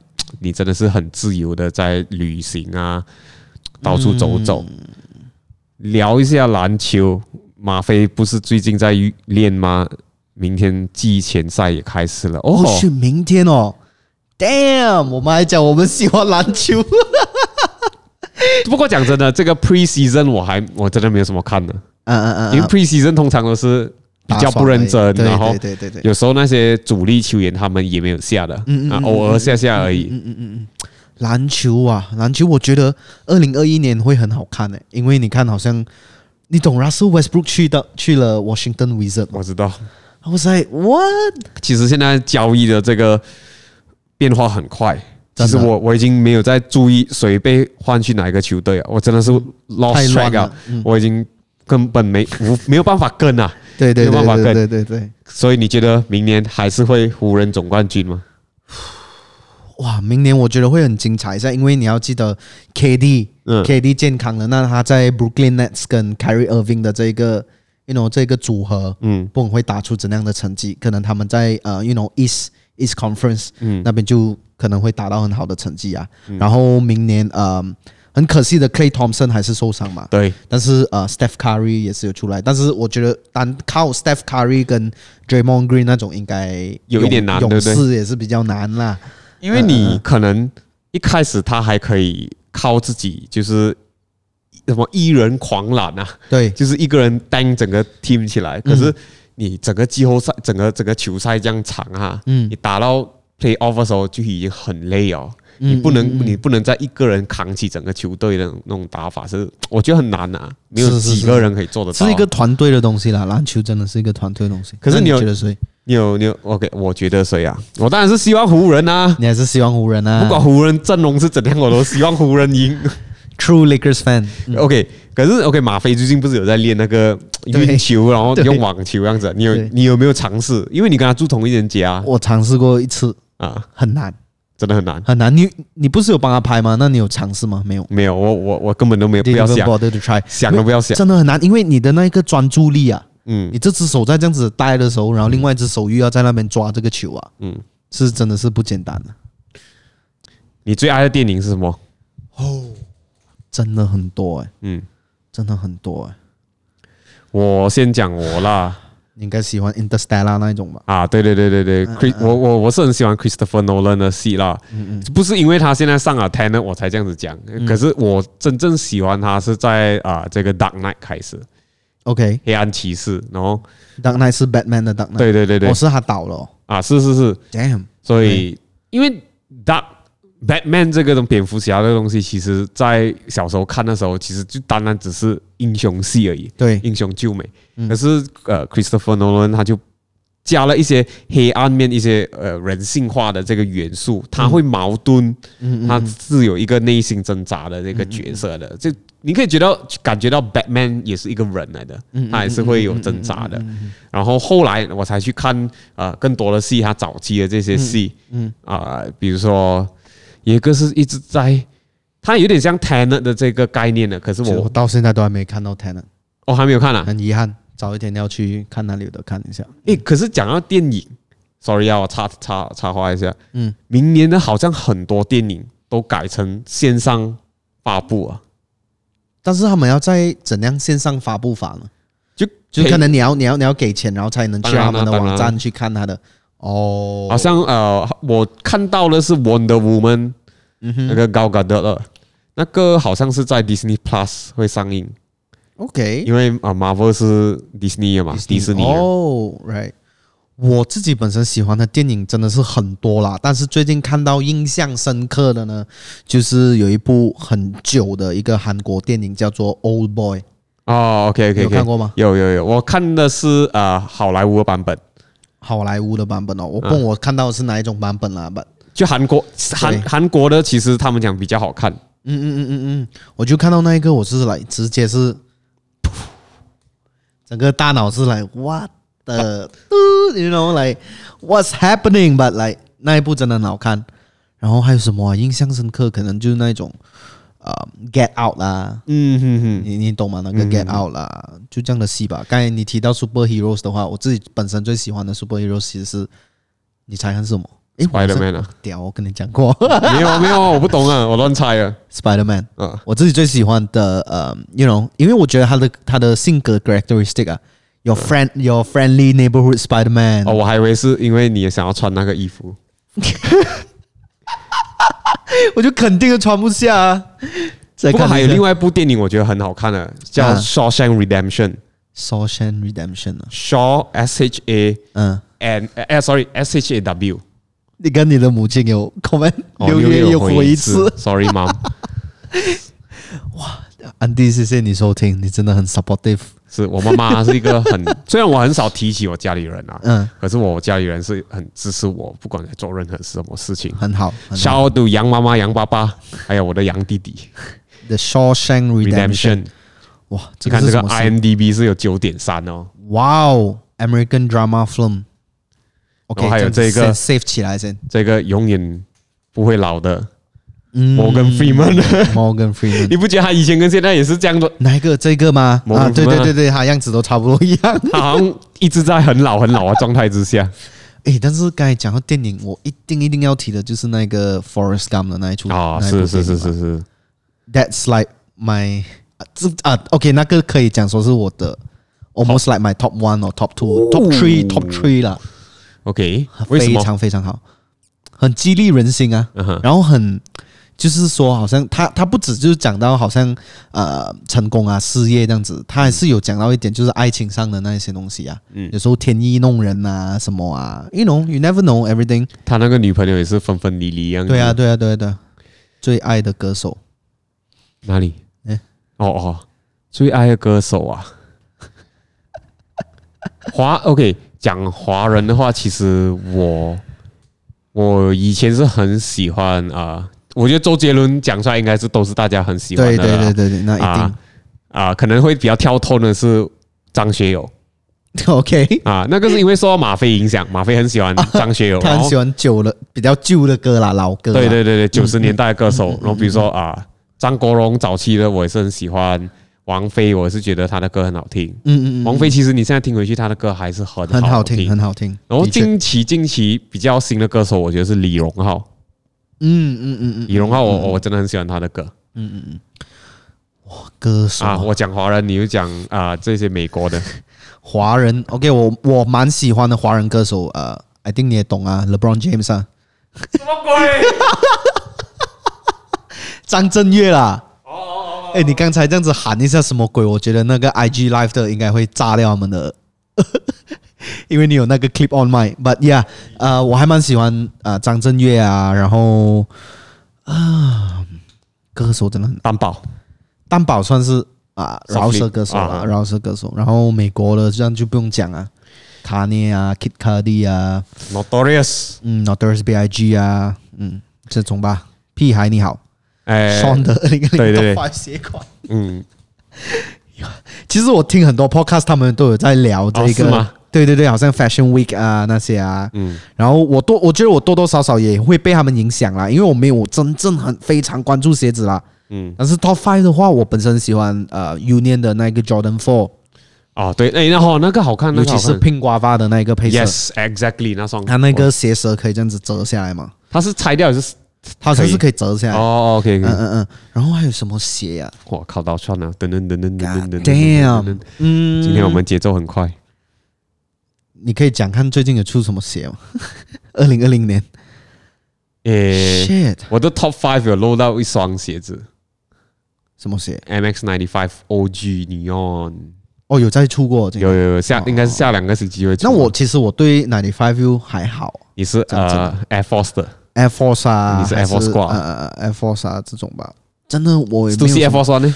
B: 你真的是很自由的在旅行啊，到处走走，聊一下篮球。马飞不是最近在练吗？明天季前赛也开始了哦
C: 哦，，是明天哦。Damn，我们还讲我们喜欢篮球，
B: 不过讲真的，这个 pre season 我还我真的没有什么看的，
C: 嗯嗯嗯，
B: 因为 pre season 通常都是比较不认真，
C: 对
B: 然后
C: 对对对对，嗯
B: 有时候那些主力球员他们也没有下的，啊，偶尔下下而已。
C: 篮球啊，篮球，我觉得二零二一年会很好看诶、欸因为你看，好像你懂 Russell Westbrook 去的去了 Washington Wizard 嘛
B: 我知道，
C: ，I was like what？
B: 其实现在交易的这个变化很快。其
C: 真的
B: 实我我已经没有在注意谁被换去哪一个球队啊了，我真的是 lost
C: 太乱
B: track 啊
C: 了，嗯
B: 我已经根本没无没有办法跟啊。
C: 对对
B: 没有办
C: 对
B: 法
C: 对
B: 跟
C: 对对对，
B: 所以你觉得明年还是会湖人总冠军吗？
C: 哇，明年我觉得会很精彩一啊下，因为你要记得 KD、
B: 嗯
C: KD 健康了，那他在 Brooklyn Nets 跟 Kyrie Irving 的这个 you know 这个组合，
B: 嗯，
C: 不管会打出怎样的成绩，可能他们在呃 you know East East Conference
B: 嗯
C: 那边就可能会打到很好的成绩啊。然后明年呃很可惜的 Clay Thompson 还是受伤嘛，
B: 对，
C: 但是呃，Steph Curry 也是有出来，但是我觉得单靠 Steph Curry 跟 Draymond Green 那种应该
B: 有一点难
C: 勇
B: 对不对
C: 勇士也是比较难啦。
B: 因为
C: 嗯
B: 你可能一开始他还可以靠自己，就是什么一人狂揽啊，
C: 对，
B: 就是一个人担整个 team 起来。可
C: 嗯
B: 是你整个季后赛、整个整个球赛这样长啊，
C: 嗯
B: 你打到 play off 的时候就已经很累哦。
C: 嗯
B: 你不能，你不能再一个人扛起整个球队的那种打法，是我觉得很难啊，没有
C: 是是
B: 几个人可以做得到啊。
C: 是一个团队的东西啦，篮球真的是一个团队的东西。
B: 可是
C: 那
B: 你
C: 你
B: 有
C: 觉得谁？
B: 你有你有 OK，我觉得谁啊？我当然是希望湖人啊，
C: 你还是希望湖人啊？
B: 不管湖人阵容是怎样，我都希望湖人 赢。
C: True Lakers fan，
B: OK，可是 OK，马飞最近不是有在练那个
C: 对
B: 运球，然后
C: 对
B: 用网球这样子？你有
C: 对
B: 你有没有尝试？因为你跟他住同一人家
C: 我尝试过一次，
B: 啊，
C: 很难
B: 真的很难。
C: 很难。你你不是有帮他拍吗？那你有尝试吗？没有，
B: 没有，我我我根本都没有不
C: Didn't
B: 要
C: even
B: 想，
C: bother to try，
B: 想都不要想。
C: 真的很难，因为你的那个专注力啊。
B: 嗯
C: 你这只手在这样子待的时候，然后另外一只手又要在那边抓这个球啊，
B: 嗯，
C: 是真的是不简单的，
B: 你最爱的电影是什么？
C: 真的很多哎、
B: 嗯，
C: 真的很多哎、
B: 我先讲我啦。
C: 你应该喜欢 Interstellar 那一种吧？
B: 啊，对对对对对，Chris，我我我是很喜欢 Christopher Nolan 的戏啦，不是因为他现在上了 Tenet 我才这样子讲，可是我真正喜欢他是在啊这个 Dark Knight 开始，
C: OK，
B: 黑暗骑士，然后
C: Dark Knight 是 Batman 的 Dark Knight，
B: 对对对对
C: 我、，是他倒嗯了、哦、
B: 啊是是是，
C: ，Damn，
B: 所以因为 Dark Batman 这个东蝙蝠侠这个东西，其实在小时候看的时候，其实就单单只是英雄戏而已，
C: 对
B: 英雄救美。可是呃，Christopher Nolan 他就加了一些黑暗面、一些呃人性化的这个元素，他会矛盾，他是有一个内心挣扎的这个角色的。就你可以觉得感觉到 Batman 也是一个人来的，他也是会有挣扎的。然后后来我才去看呃更多的戏，他早期的这些戏，嗯啊、比如说有一个是一直在。他有点像 Tenet 的这个概念的，可是
C: 就
B: 我
C: 我到现在都还没看到 Tenant，
B: 我还没有看啊。
C: 很遗憾，早一天要去看那里有的看一下。
B: 诶，可是讲到电影，sorry 啊，我插插插话一下，
C: 嗯
B: 嗯，明年的好像很多电影都改成线上发布啊，
C: 但是他们要在怎样线上发布法呢？
B: 就
C: 就可能你要你要你要给钱，然后才能去
B: 当然
C: 他
B: 啦
C: 们的
B: 当然
C: 网
B: 啦
C: 站去看他的。哦，
B: 好像呃，我看到的是《Wonder Woman》，那个高嘎的了，那个好像是在 Disney Plus 会上映，
C: OK，
B: 因为啊，Marvel 是 Disney 啊的嘛，迪士尼的。
C: 哦、r i g h t 我自己本身喜欢的电影真的是很多啦，但是最近看到印象深刻的呢，就是有一部很久的一个韩国电影叫做《Old Boy》，
B: 哦，OK OK，
C: 有看过吗？
B: 有有有，我看的是呃好莱坞的版本，
C: 好莱坞的版本哦。我问我看到的是哪一种版本啦？版、
B: 就韩国韩韩国的，其实他们讲比较好看。
C: 嗯嗯嗯嗯嗯，我就看到那一个，我是来直接是，噗整个大脑是来 what the，you know like what's happening，but like 那一部真的很好看。然后还有什么啊、印象深刻？可能就是那一种，呃，Get Out 啦，
B: 嗯哼哼，
C: 你你懂吗？那个 Get Out 啦，就这样的戏吧。刚才你提到 Super Heroes 的话，我自己本身最喜欢的 Super Heroes 其实是，你猜看是什么？诶，我好像
B: Spider-Man 啊
C: 屌，我跟你讲 过
B: 没有没有，我不懂啊，我乱猜啊。
C: Spider Man。
B: 嗯
C: 我自己最喜欢的，呃，you know，因为我觉得他的他的性格 characteristic 啊，your friend your friendly neighborhood Spider Man，、
B: 嗯哦，我还以为是因为你也想要穿那个衣服。
C: 我就肯定都穿不下、啊。再
B: 不过
C: 看
B: 还有另外
C: 外
B: 一部电影，我觉得很好看的，叫
C: 啊
B: 《Shawshank Redemption》
C: 《Shawshank Redemption》啊，
B: ，Shaw S H A
C: 嗯，
B: and 哎，sorry S H A W，
C: 你跟你的母亲有 comment，、
B: 哦
C: 六月又回一次。
B: ，sorry mom，
C: 安迪，谢谢你收听，你真的很 supportive。
B: 是我妈妈是一个 很，虽然我很少提起我家里人啊，
C: 嗯，
B: 可是我家里人是很支持我，不管在做任何什么事情。
C: 很好，很好。
B: 小赌杨妈妈、杨爸爸，还有我的杨弟弟
C: The Shawshank Redemption，
B: Redemption，
C: 哇，这
B: 你看
C: 个是
B: 这个
C: 什么戏？
B: IMDB 是有九点三哦，
C: 哇哦，American drama film。OK，
B: 然后还有
C: 这样子
B: 这个
C: save save 起来先。
B: 这个永远不会老的
C: 嗯
B: Morgan Freeman，
C: Morgan Freeman，
B: 你不觉得他以前跟现在也是这样的？
C: 哪一个？这个吗？
B: 某
C: 啊，
B: 个
C: 对
B: 什
C: 对
B: 么
C: 对对，他样子都差不多一样。
B: 他好像一直在很老很老的状态之下。
C: 诶，但是刚才讲到电影，我一定一定要提的就是那个 Forest Gump 的那一出
B: 啊，
C: 那一部
B: 是是
C: 电影
B: 是
C: 嘛
B: 是是，
C: ，That's like my 啊这啊，OK，那个可以讲说是我的 almost like my top one 哦，top two，top three，top three 啦，
B: OK，为什
C: 非
B: 么？
C: 常非常好，很激励人心啊。
B: 嗯哼，
C: 然后很就是说，好像他他不止就是讲到好像呃成功啊事业这样子，他还是有讲到一点就是爱情上的那一些东西啊，嗯，有时候天意弄人啊什么啊，you know you never know everything，
B: 他那个女朋友也是分分离离一样。
C: 对啊，对啊对啊对啊，最爱的歌手
B: 哪里？
C: 哎
B: 哦哦，最爱的歌手啊， 华 OK 讲华人的话，其实我我以前是很喜欢啊、我觉得周杰伦讲出来应该是都是大家很喜欢
C: 对
B: 的啦，
C: 对对对对，那一
B: 啊
C: 定、
B: 啊，可能会比较跳脱的是张学友
C: OK，
B: 啊，那个是因为受到马飞影响，马飞很喜 欢张学友，
C: 他
B: 然
C: 很
B: 后
C: 喜欢旧的比较旧的歌啦，老歌啦，
B: 对对对对，九
C: 嗯
B: 十年代的歌手，然后比如说啊，张国荣早期的我也是很喜欢，王菲我也是觉得她的歌很好听，
C: 嗯，嗯嗯
B: 王菲其实你现在听回去她的歌还是很
C: 嗯，很好
B: 好
C: 听很好听，
B: 然后
C: 的确
B: 近期近期比较新的歌手，我觉得是李荣浩，
C: 嗯嗯嗯嗯
B: 李荣浩我我真的很喜欢他的歌
C: 歌手
B: 啊。我讲华人，你就讲啊这些美国的，
C: 华人，OK，我我蛮喜欢的华人歌手，呃，I think 你也懂啊，LeBron James 啊，
B: 什么鬼？
C: 张震岳啦。哦哎，你刚才这样子喊一下什么鬼？我觉得那个 IG Live 的应该会炸掉他们的， 因为你有那个 clip on my。But yeah，呃，我还蛮喜欢呃张震岳啊，然后啊、歌手真的很
B: 担保
C: 担保算是啊
B: 少
C: 饶
B: 数
C: 舌歌手啊
B: 啊，
C: 饶舌歌手。然后美国的这样就不用讲啊，卡涅啊，Kid Cudi 啊，
B: Notorious，
C: 嗯，Notorious B.I.G 啊，嗯，这种吧。屁孩你好，
B: 哎，
C: 双的二零二
B: 对
C: 零
B: 对
C: 到鞋款。
B: 嗯，
C: 其实我听很多 podcast，他们都有在聊这
B: 哦是
C: 个。
B: 吗
C: 对对对，好像 Fashion Week 啊那些啊，
B: 嗯
C: 然后我多我觉得我多多少少也会被他们影响啦，因为我没有真正很非常关注鞋子啦。
B: 嗯，
C: 但是 Top Five 的话，我本身喜欢呃 Union 的那个 Jordan Four，
B: 哦对，哎，然后那个好看，那
C: 尤
B: 个
C: 其
B: 好
C: 是
B: 看
C: Pink Guava 的那个配色，
B: ，Yes，exactly 那双，
C: 它那个鞋舌可以这样子折下来嘛，
B: 他是拆掉也是
C: 它好像是
B: 可
C: 可以折下来。
B: 哦，OK，
C: 嗯嗯嗯，然后还有什么鞋啊呀、
B: 哇靠，到串了，噔噔噔噔噔噔噔噔噔噔噔
C: Damn，嗯，
B: 今天我们节奏很快，
C: 你可以讲看最近有出什么鞋吗？二零二零年
B: 诶、
C: ，shit，
B: 我的 top five 有漏到一双鞋子
C: 什么鞋？
B: ，MX ninety five OG Neon，
C: 哦，有再出过这个。
B: 有有有下应该是下两个星期会出。
C: 那我其实我对 ninety five U 还好
B: 你是
C: 这样子
B: 呃 Air Force 的，
C: ，Air Force 啊，
B: 你是
C: 还
B: Air Force Squad
C: 呃呃 Air Force 啊这种吧。真的我也没
B: 都
C: 有
B: 是
C: 什
B: Air
C: 么
B: Force One 呢？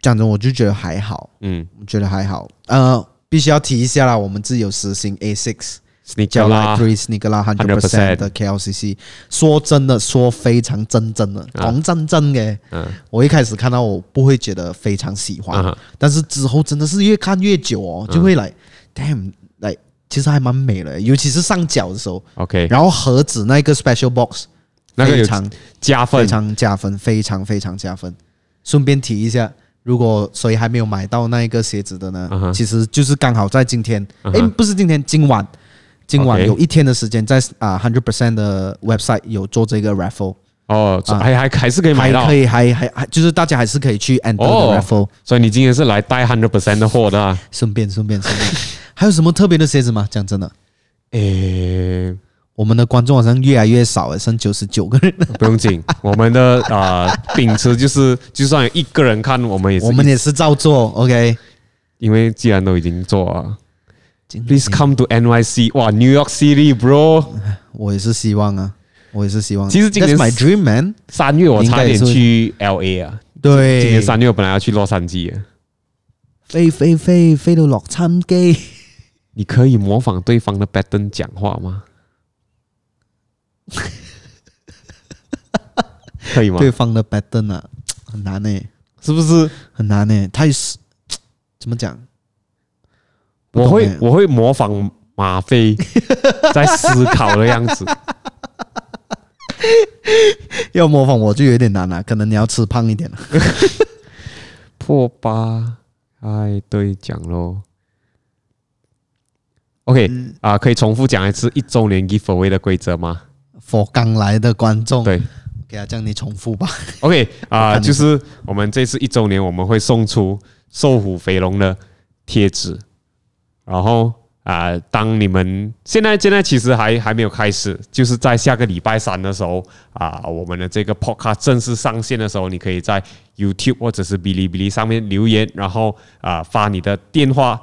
C: 讲真，我就觉得还好，
B: 嗯
C: 我觉得还好。呃，必须要提一下啦，我们自己有实行 A six。
B: ，Sneaker
C: 叫
B: 啦
C: Like，Chris 尼格拉 hundred percent
B: 100%
C: 的 KLCC，说真的，说非常真真的，
B: 啊
C: 讲真真的，
B: 嗯
C: 我一开始看到我不会觉得非常喜欢，
B: 嗯
C: 但是之后真的是越看越久哦，就会来、damn 来，其实还蛮美的，尤其是上脚的时候，
B: ，OK，
C: 然后盒子那个 special box
B: 那个
C: 非
B: 有
C: 常
B: 加分
C: 非，常加分，非常非常加分。顺便提一下，如果谁还没有买到那一个鞋子的呢
B: 嗯哼
C: 其实就是刚好在今天，
B: 嗯
C: 哎、
B: 哼
C: 不是今天，今晚，今晚
B: OK
C: 有一天的时间在，啊 hundred percent 的 website 有做这个 raffle，
B: 哦，
C: 啊
B: 还还还是可以买
C: 还
B: 到
C: 可。以，还还还就是大家还是可以去 enter
B: 哦
C: 的 raffle，、
B: 所以你今天是来带 hundred percent 的货的、啊？
C: 顺便顺便顺便。 还有什么特别的鞋子吗？讲真的，
B: 诶、
C: 我们的观众好像越来越少了，剩九十九个 人了。
B: 不用 紧，我们的啊、呃秉持就是，就算有一个人看，我们也是，
C: 我们也是照做，OK。
B: 因为既然都已经做啊
C: 今
B: ，Please come to NYC，哇，New York City bro，
C: 我也是希望啊，我也是希望。
B: 其实今年
C: That's my dream man，
B: 三月我差点去 LA 啊，今年
C: 对，
B: 三月我本来要去洛杉矶啊，
C: 飞飞飞飞到洛杉矶，
B: 你可以模仿对方的 pattern 讲话 吗？可以吗？
C: 对方的 pattern 啊，很难呢、
B: 是不是？
C: 很难呢、他也是怎么讲？不
B: 我
C: 懂
B: 会
C: 欸
B: 我会模仿马飞在思考的样 子，
C: 要模仿我就有点难了、可能你要吃胖一点啊了。
B: 破八，哎，对，讲喽。OK
C: 嗯
B: 啊、可以重复讲一次一周年 giveaway 的规则吗？
C: 佛刚来的观众，
B: 对
C: 给他这样你重复吧。
B: ，OK 啊、
C: 我看一下
B: 就是我们这次一周年，我们会送出瘦虎肥龙的贴纸，然后啊、当你们现在现在其实还还没有开始，就是在下个礼拜三的时候啊、我们的这个 podcast 正式上线的时候，你可以在 YouTube 或者是哔哩哔哩上面留言，然后啊、发你的电话、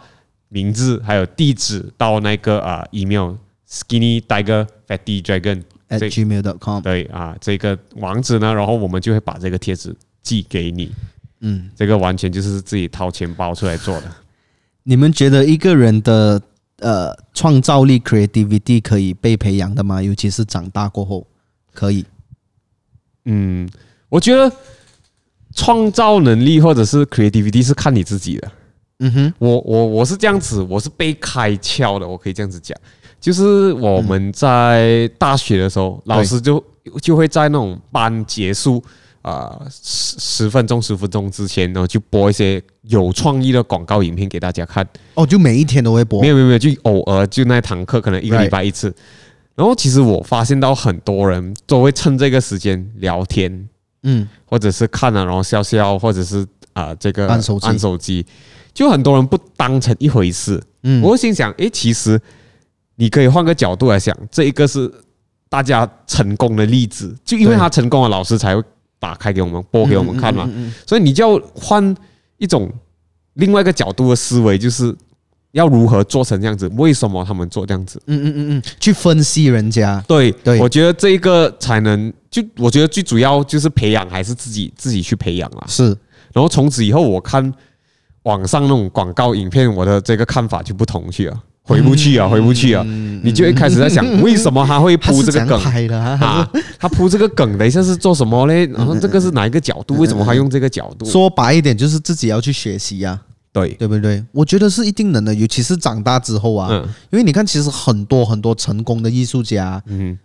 B: 名字还有地址到那个啊、email skinny tiger fatty dragon
C: at
B: 这
C: gmail.com，
B: 对啊，这个网址呢，然后我们就会把这个贴纸寄给你。
C: 嗯，
B: 这个完全就是自己掏钱包出来做的。
C: 你们觉得一个人的呃创造力 creativity 可以被培养的吗？尤其是长大过后，可以。
B: 嗯， 我觉得创造能力或者是 creativity 是看你自己的。
C: 嗯哼，
B: 我我我是这样子，我是被开窍的，我可以这样子讲。就是我们在大学的时候，老师就就会在那种班结束啊、呃十十分钟十分钟之前呢，就播一些有创意的广告影片给大家看。
C: 哦，就每一天都会播
B: 没。有没有没有，就偶尔就那一堂课可能一个礼拜一次。然后其实我发现到很多人都会趁这个时间聊天，
C: 嗯，
B: 或者是看啊了、然后笑笑，或者是啊、这个
C: 按手机
B: 按手机，就很多人不当成一回事。
C: 嗯
B: 我会心想，诶，其实你可以换个角度来想，这一个是大家成功的例子，就因为
C: 对
B: 他成功了，老师才会打开给我们播给我们看嘛。
C: 嗯嗯嗯嗯嗯
B: 所以你就要换一种另外一个角度的思维，就是要如何做成这样子？为什么他们做这样子？
C: 嗯嗯嗯嗯，去分析人家。
B: 对，
C: 对
B: 我觉得这一个才能就我觉得最主要就是培养，还是自己自己去培养啦。
C: 是，
B: 然后从此以后，我看网上那种广告影片，我的这个看法就不同去了，回不去啊，回不去啊。你就一开始在想，为什么他会
C: 他
B: 铺
C: 是
B: 这
C: 怎
B: 个
C: 样
B: 梗？
C: 拍的啊？
B: 啊，他铺这个梗，等一下是做什么嘞？然后这个是哪一个角度？为什么他用这个角度？
C: 说白一点，就是自己要去学习呀、
B: 对，
C: 对不对？我觉得是一定能的，尤其是长大之后啊，
B: 嗯
C: 因为你看，其实很多很多成功的艺术家
B: 嗯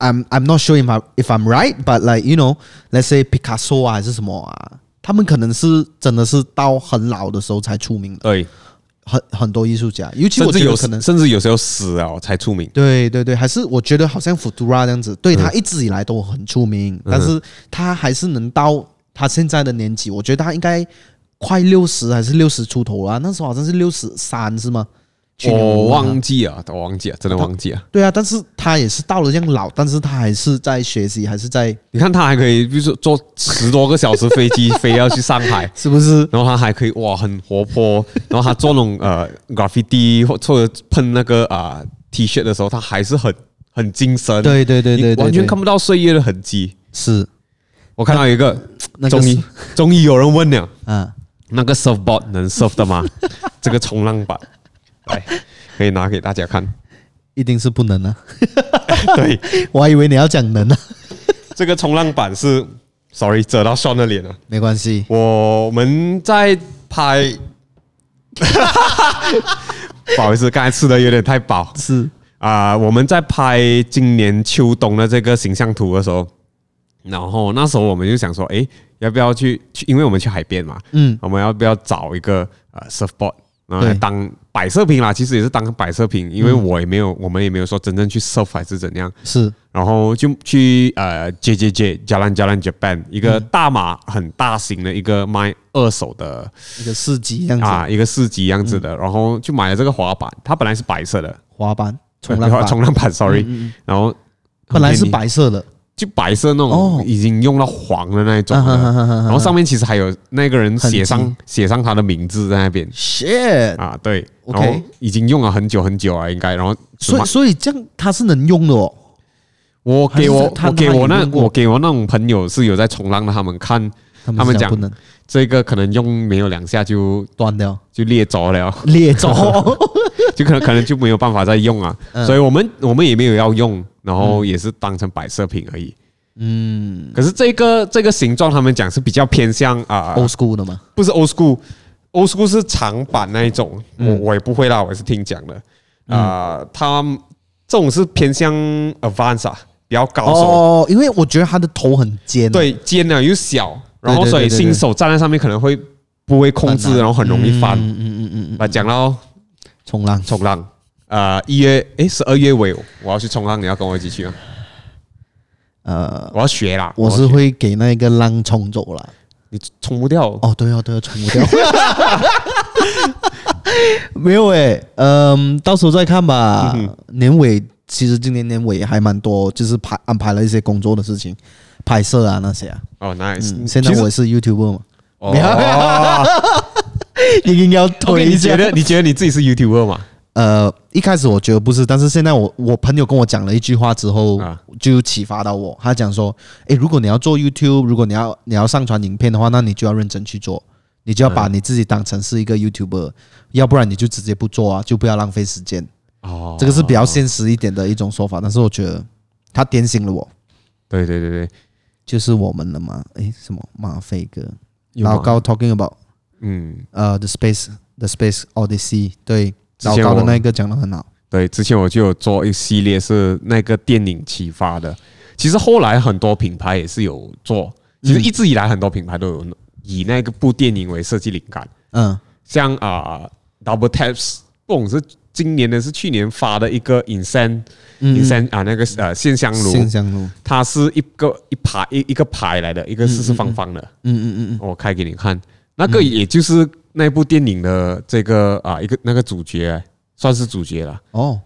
C: ，I'm I'm not sure if I if I'm right, but like you know, let's say Picasso 啊还是什么啊，他们可能是真的是到很老的时候才出名的，
B: 对，
C: 很很多艺术家，尤其
B: 甚
C: 我
B: 至
C: 觉
B: 有
C: 得
B: 时
C: 可能。
B: 甚至有时候死啊才出名。
C: 对对对，还是我觉得好像 Futura 这样子，对他一直以来都很出名，但是他还是能到他现在的年纪，我觉得他应该快六十还是六十出头啊，那时候好像是六十三是吗？去年
B: 我
C: 我问他
B: 忘记了，我忘记了，真的忘记了。
C: 对啊，但是他也是到了这样老，但是他还是在学习，还是在
B: 你看他还可以，比如说坐十多个小时飞机飞要去上海，
C: 是不是？
B: 然后他还可以哇，很活泼。然后他做那种呃 graffiti 或或者喷那个啊、T 恤的时候，他还是很很精神，
C: 对对对
B: 你
C: 对对，
B: 完全
C: 对
B: 看不到岁月的痕迹。
C: 是
B: 我看到有一个
C: 那个
B: 终
C: 是
B: 于终于有人问了，
C: 啊，
B: 那个 surfboard 能 surf 的吗？这个冲浪板，来可以拿给大家看。
C: 一定是不能啊！
B: 对，
C: 我还以为你要讲能啊，
B: 这个冲浪板是，sorry，遮到 Sean 的脸了。
C: 没关系，
B: 我们在拍， 不好意思，刚才吃的有点太饱
C: 是
B: 啊、我们在拍今年秋冬的这个形象图的时候，然后那时候我们就想说，诶，要不要去去？因为我们去海边嘛，
C: 嗯，
B: 我们要不要找一个呃 surfboard，然后来
C: 对嗯
B: 当摆设品啦？其实也是当摆设品，因为我也没有，我们也没有说真正去 surf 还是怎样。
C: 是
B: 然后就去呃 J J J Jalan Jalan Japan 一个大马很大型的一个卖二手的
C: 一个市集这样子，
B: 啊一个市集样子
C: 嗯
B: 的，然后就买了这个滑板，它本来是白色的
C: 滑板、冲浪
B: 呃
C: 板，嗯
B: 冲浪板，sorry，然后
C: 本来是
B: 很便宜
C: 白色的，
B: 就白色那种
C: 哦
B: 已经用到黄的那一种
C: 啊哈哈
B: 了，
C: 哈哈哈
B: 然后上面其实还有那个人写
C: 痕
B: 上写上他的名字在那边
C: shit，
B: 啊，对，然
C: OK
B: 后已经用了很久很久啊，应该，然后只
C: 所
B: 买
C: 以所以这样它是能用的哦，
B: 我给
C: 还
B: 我
C: 是他
B: 我给
C: 他有
B: 我那
C: 用过
B: 我给我那种朋友是有在冲浪的，他们看。
C: 他
B: 他们
C: 们是
B: 讲
C: 讲不能
B: 这个可能用没有两下就
C: 断掉、
B: 就裂着了，
C: 裂走，
B: 就可能可能就没有办法再用啊。
C: 嗯
B: 所以我们我们也没有要用，然后也是当成摆设品而已。
C: 嗯
B: 可是这个这个形状，他们讲是比较偏向啊、
C: ，old school 的嘛，
B: 不是 old school。old school 是长板那一种，我
C: 嗯
B: 我也不会啦，我是听讲的啊、他这种是偏向 advance 啊，比较高手，
C: 哦，因为我觉得它的头很尖，，
B: 对，尖了又小，然后
C: 对对
B: 所以
C: 对对
B: 新手站在上面可能会不会控制，
C: 很难
B: 然后很容易翻。
C: 嗯嗯嗯嗯嗯，
B: 啊，讲到
C: 冲浪
B: 冲浪。呃，一月诶，十二月尾我要去冲浪，你要跟我一起去吗？
C: 呃，
B: 我要学啦，
C: 我是
B: 要学
C: 会给那个浪冲走了。
B: 你冲不掉，
C: 哦，对哦，对哦，冲不掉。 没有诶、嗯、到时候再看吧。年尾其实今年年尾还蛮多，就是排安排了一些工作的事情，拍摄啊那些啊。
B: 哦，nice。
C: 嗯，现在
B: 其实
C: 我也是 YouTuber 嘛，
B: 哦，
C: 你应该要
B: OK，
C: 推一
B: 你
C: 下
B: 觉。得你觉得你自己是 YouTuber 吗？
C: 呃，一开始我觉得不是，但是现在我我朋友跟我讲了一句话之后，
B: 啊
C: 就启发到我。他讲说，诶，如果你要做 YouTube，如果你要你要上传影片的话，那你就要认真去做，你就要把你自己当成是一个 YouTuber，、要不然你就直接不做啊，就不要浪费时间。
B: 哦，
C: 这个是比较现实一点的一种说法，但是我觉得他点醒了我，
B: 对对对对，
C: 就是我们了嘛。诶，什么马飞哥，
B: 有吗
C: 老高 talking about
B: 嗯，
C: 呃 the space the space odyssey，对，
B: 之
C: 老
B: 前
C: 高的
B: 我
C: 那个讲的很好，
B: 对，之前我就有做一系列是那个电影启发的，其实后来很多品牌也是有做，其
C: 嗯
B: 实一直以来很多品牌都有以那个部电影为设计灵感，
C: 嗯
B: 像啊、Double Taps，不懂是今年的是去年发的一个 Insan
C: 嗯
B: Insan 啊那个呃线香炉
C: 信，箱路。
B: 它是一个一排一一个排来的，一个四四方方的，
C: 嗯嗯嗯嗯，
B: 我开给你看。那个也就是那部电影的这个啊、一个那个主角，算是主角了
C: 哦，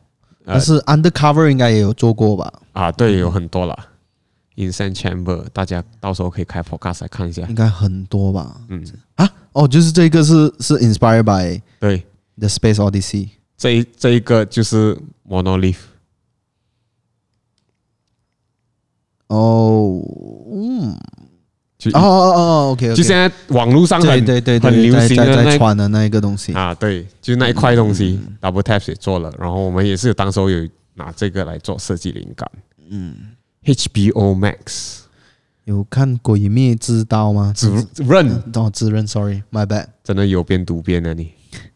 B: 呃
C: 但是 Undercover 应该也有做过吧？
B: 啊，对，有很多了。Insan Chamber，大家到时候可以开 podcast 来看一下
C: 应。该很多吧？
B: 嗯，
C: 啊，哦，就是这个是是 inspired by
B: 对，
C: The Space Odyssey。
B: 这一这一个就是 Monolith，
C: 哦，嗯，
B: 就、
C: 哦哦哦哦，OK，
B: 就现在网络上
C: 对
B: 很
C: 对对，对
B: 很流行的
C: 在在
B: 那
C: 在穿的那个东西。
B: 啊，对，就是那一块东西、d o u b l e Tap 也做了，然后我们也是有当时候有拿这个来做设计灵感。嗯，HBO Max
C: 有看《鬼灭之刀》吗？
B: 只认
C: 哦，自认，sorry，my bad，
B: 真的有边读边的你，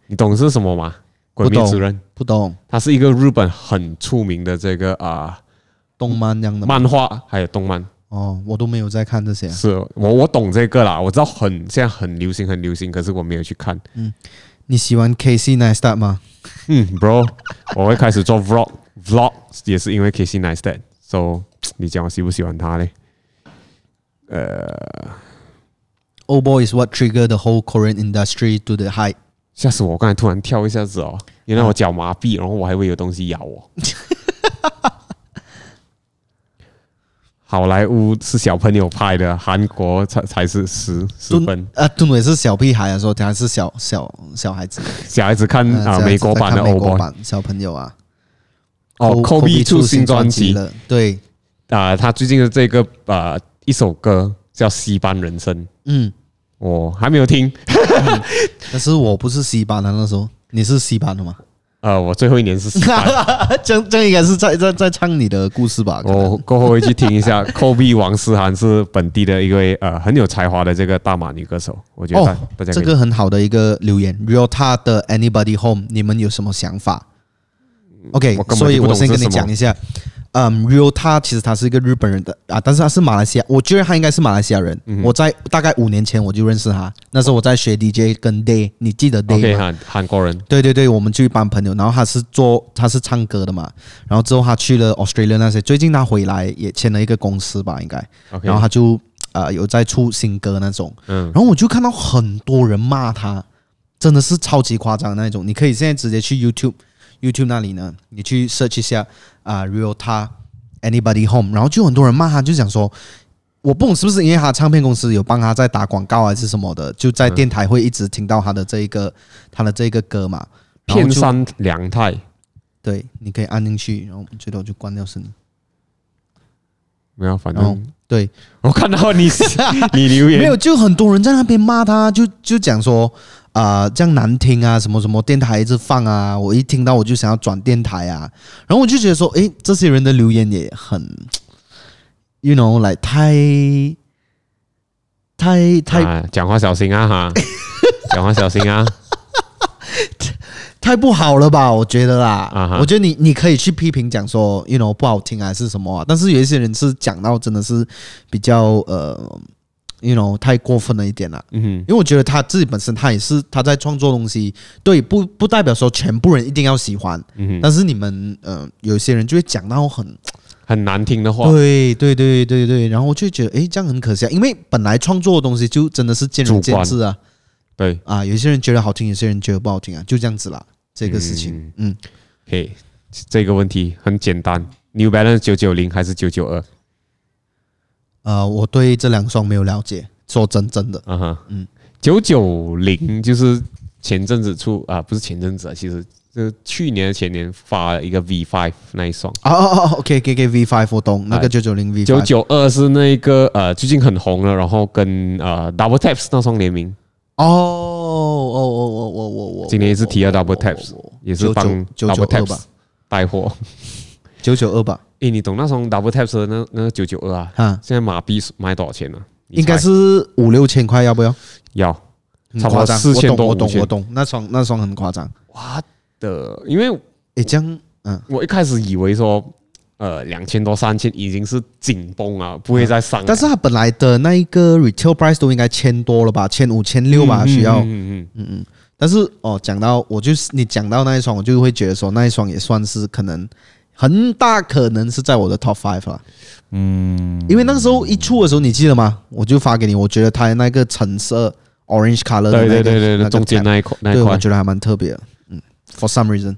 B: 你懂是什么吗？鬼灭
C: 不懂
B: 之刃，
C: 不懂
B: 它是一个日本很出名的这个啊、
C: 动漫样的吗？
B: 漫画还有动漫，
C: 哦，我都没有在看这些啊。
B: 是我我懂这个啦，我知道很现在很流行很流行，可是我没有去看。
C: 嗯你喜欢 K C Neistat 吗？
B: 嗯，bro，我会开始做 vlog vlog 也是因为 Casey Neistat。So 你讲我喜不喜欢他嘞？
C: ？Oh Old boy is what triggered the whole Korean industry to the height.
B: 吓死我！我刚才突然跳一下子哦，原来我脚麻痹，然后我还以为有东西咬 我。好莱坞是小朋友拍的，韩国才才是十十分
C: 蹲。啊，蹲伟是小屁孩的时候，他还是小小小孩子
B: 小孩子看
C: 呃小孩
B: 啊，
C: 子
B: 美国版的
C: 在看
B: 欧
C: 美国
B: 巴
C: 版小朋友啊。
B: 哦
C: Kobe
B: ，Kobe 出
C: 新
B: 新专
C: 辑
B: 辑
C: 了，对，
B: 啊、他最近的这个呃一首歌叫《西班人生》，
C: 嗯，
B: 我还没有听。
C: 但是我不是西班的那时候，你是西班的吗？
B: 呃，我最后一年是西班，
C: 这样这样应该是在在在唱你的故事吧？可能
B: 我哦过后会去听一下。Kobe 王思涵是本地的一位呃很有才华的这个大马女歌手，我觉得大,、
C: 哦
B: 大家可
C: 这
B: 以、
C: 个很好的一个留言，Realta 的 Anybody Home，你们有什么想法？OK，
B: 我根本就
C: 所以
B: 不
C: 我
B: 懂
C: 先跟
B: 是
C: 你
B: 什么
C: 讲一下，嗯，Realta 其实他是一个日本人的啊，但是他是马来西亚，我觉得他应该是马来西亚人。
B: 嗯
C: 我在大概五年前我就认识他，那时候我在学 DJ 跟 Day，你记得 Day 吗
B: OK 韩韩国人
C: 对对对，我们去一帮朋友，然后他是做他是唱歌的嘛，然后之后他去了 Australia 那些，最近他回来也签了一个公司吧，应该，
B: OK，
C: 然后他就呃有在出新歌那种，
B: 嗯
C: 然后我就看到很多人骂他，真的是超级夸张的那种，你可以现在直接去 YouTube YouTube 那里呢，你去 search 一下啊、r e a l t a Anybody Home，然后就很多人骂他，就想说。我不懂是不是因为他唱片公司有帮他在打广告还是什么的，就在电台会一直听到他的这一个他的这一个歌嘛，然后
B: 片
C: 就
B: 山良太
C: 对，你可以按进去，然后最多就关掉声音。
B: 没有，反
C: 然后
B: 正
C: 对，
B: 我看到 你你留言
C: 哦没有，就很多人在那边骂他，就就讲说啊、这样难听啊，什么什么电台一直放啊，我一听到我就想要转电台啊，然后我就觉得说，诶，这些人的留言也很，you know，来、like, 太太太
B: 啊，讲话小心啊 哈，讲话小心啊，
C: 太不好了吧？我觉得啦
B: 啊哈
C: 我觉得你你可以去批评讲说，you know 不好听啊还是什么啊，但是有一些人是讲到真的是比较呃，you know 太过分了一点啦。
B: 嗯哼。
C: 因为我觉得他自己本身他也是他在创作东西，对，不不代表说全部人一定要喜欢，
B: 嗯哼，
C: 但是你们呃有些人就会讲到很
B: 很难听的话，
C: 对对对对对，然后我就觉得诶，这样很可惜啊，因为本来创作的东西就真的是见仁见智啊
B: 对，
C: 啊，有些人觉得好听，有些人觉得不好听啊，就这样子啦，这个事情，嗯
B: 嘿，这个问题很简单，New Balance 九九零还是九九二？
C: 呃，我对这两双没有了解，说真真的，
B: 啊哈，
C: 嗯
B: 嗯，九九零就是前阵子出啊，不是前阵子啊，其实就是去年前年发了一个 V Five 那一双，
C: 哦哦哦，OK K K V Five 活动那个九九零 V
B: 九九二是那个呃最近很红了，然后跟呃 Double Taps 那双联名，
C: 哦哦哦哦我我我
B: 今年是
C: 哦
B: 提到 Double Taps，也是帮
C: 九九
B: Double
C: 二吧
B: Taps。带货。
C: 九九二吧，
B: 诶，你懂那双 Double Taps 的那那个九九二啊？
C: 哈，
B: 现在马币卖多少钱呢、你
C: 应该
B: 猜
C: 是五六千块，要不要？
B: 要
C: 很
B: 差不多
C: 夸张
B: 4000多
C: 我懂，我懂，
B: 5000
C: 我懂，那双那双很夸张。
B: 哇的，因为
C: 诶，这样，嗯，
B: 我一开始以为说，呃，两千多三千已经是紧绷啊，不会再上了、
C: 但是它本来的那一个 retail price 都应该千多了吧，千五、千六吧，
B: 嗯
C: 需要。
B: 嗯嗯嗯
C: 但是哦，讲到我就是你讲到那一双，我就会觉得说那一双也算是可能很大可能是在我的 top five 啦。嗯，因为那个时候一出的时候，你记得吗？我就发给你，我觉得它那个橙色 orange color 的
B: 嗯，
C: 那
B: 对对对
C: 个
B: 对
C: 那
B: 对，
C: 个
B: 中间
C: tab，
B: 那一块那
C: 对
B: 一
C: 我
B: 块，
C: 觉得还蛮特别的。嗯，for some reason。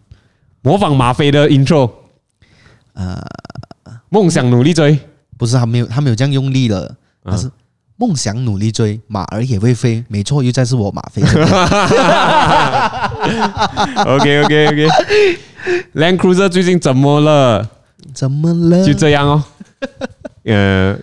B: 模仿马飞的 intro，呃，梦想努力 追，
C: 不是他没有他没有这样用力了，
B: 嗯
C: 他是梦想努力追，马儿也会飞，没错，又再是我马飞。
B: OK OK OK。Land Cruiser 最近怎么了？
C: 怎么了
B: 就？这样 哦。呃，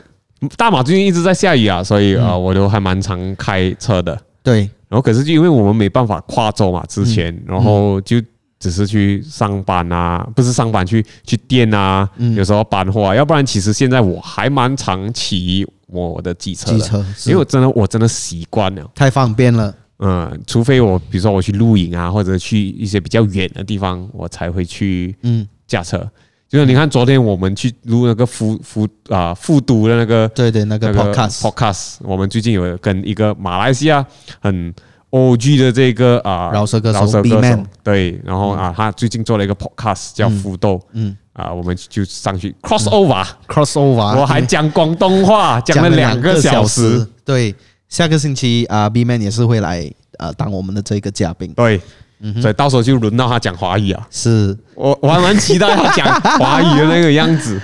B: 大马最近一直在下雨啊，所以
C: 嗯
B: 啊、呃我都还蛮常开车的。
C: 对，
B: 然后可是就因为我们没办法跨州嘛，之前，
C: 嗯
B: 然后就只是去上班啊，不是上班去去店啊，
C: 嗯
B: 有时候搬货、啊，要不然其实现在我还蛮常骑我的机车的，
C: 机车是
B: 因为我真的我真的习惯了，
C: 太方便了。
B: 嗯，除非我比如说我去露营啊，或者去一些比较远的地方，我才会去
C: 嗯，
B: 驾车。就是你看昨天我们去录那个复复啊复读的那个
C: 对对，那个 podcast，
B: podcast，我们最近有跟一个马来西亚很 O G 的这个啊
C: 饶舌歌手
B: 饶舌
C: B-Man
B: 对，然后啊他最近做了一个 podcast 叫福豆，
C: 嗯啊
B: 啊我们就上去 crossover，啊
C: ，crossover，
B: 我还讲广
C: 嗯
B: 东话，讲了两个小时，，
C: 对。下个星期啊、b man 也是会来呃当我们的这个嘉宾。
B: 对，
C: 嗯
B: 所以到时候就轮到他讲华语啊。
C: 是，
B: 我我还蛮期待他讲华语的那个样 子。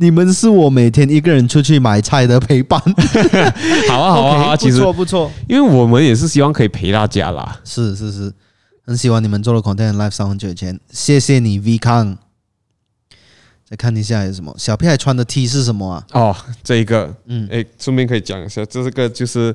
C: 你们是我每天一个人出去买菜的陪 伴。
B: 好啊，好啊，好啊。
C: 不
B: 其实，
C: 错不错，
B: 因为我们也是希望可以陪大家啦。
C: 是是是，很喜欢你们做的 content live 三文九前，谢谢你 V 康。再看一下有什么，小屁孩穿的 T 是什么啊？
B: 哦，这一个，
C: 嗯
B: 嗯，哎，顺便可以讲一下，这是个就是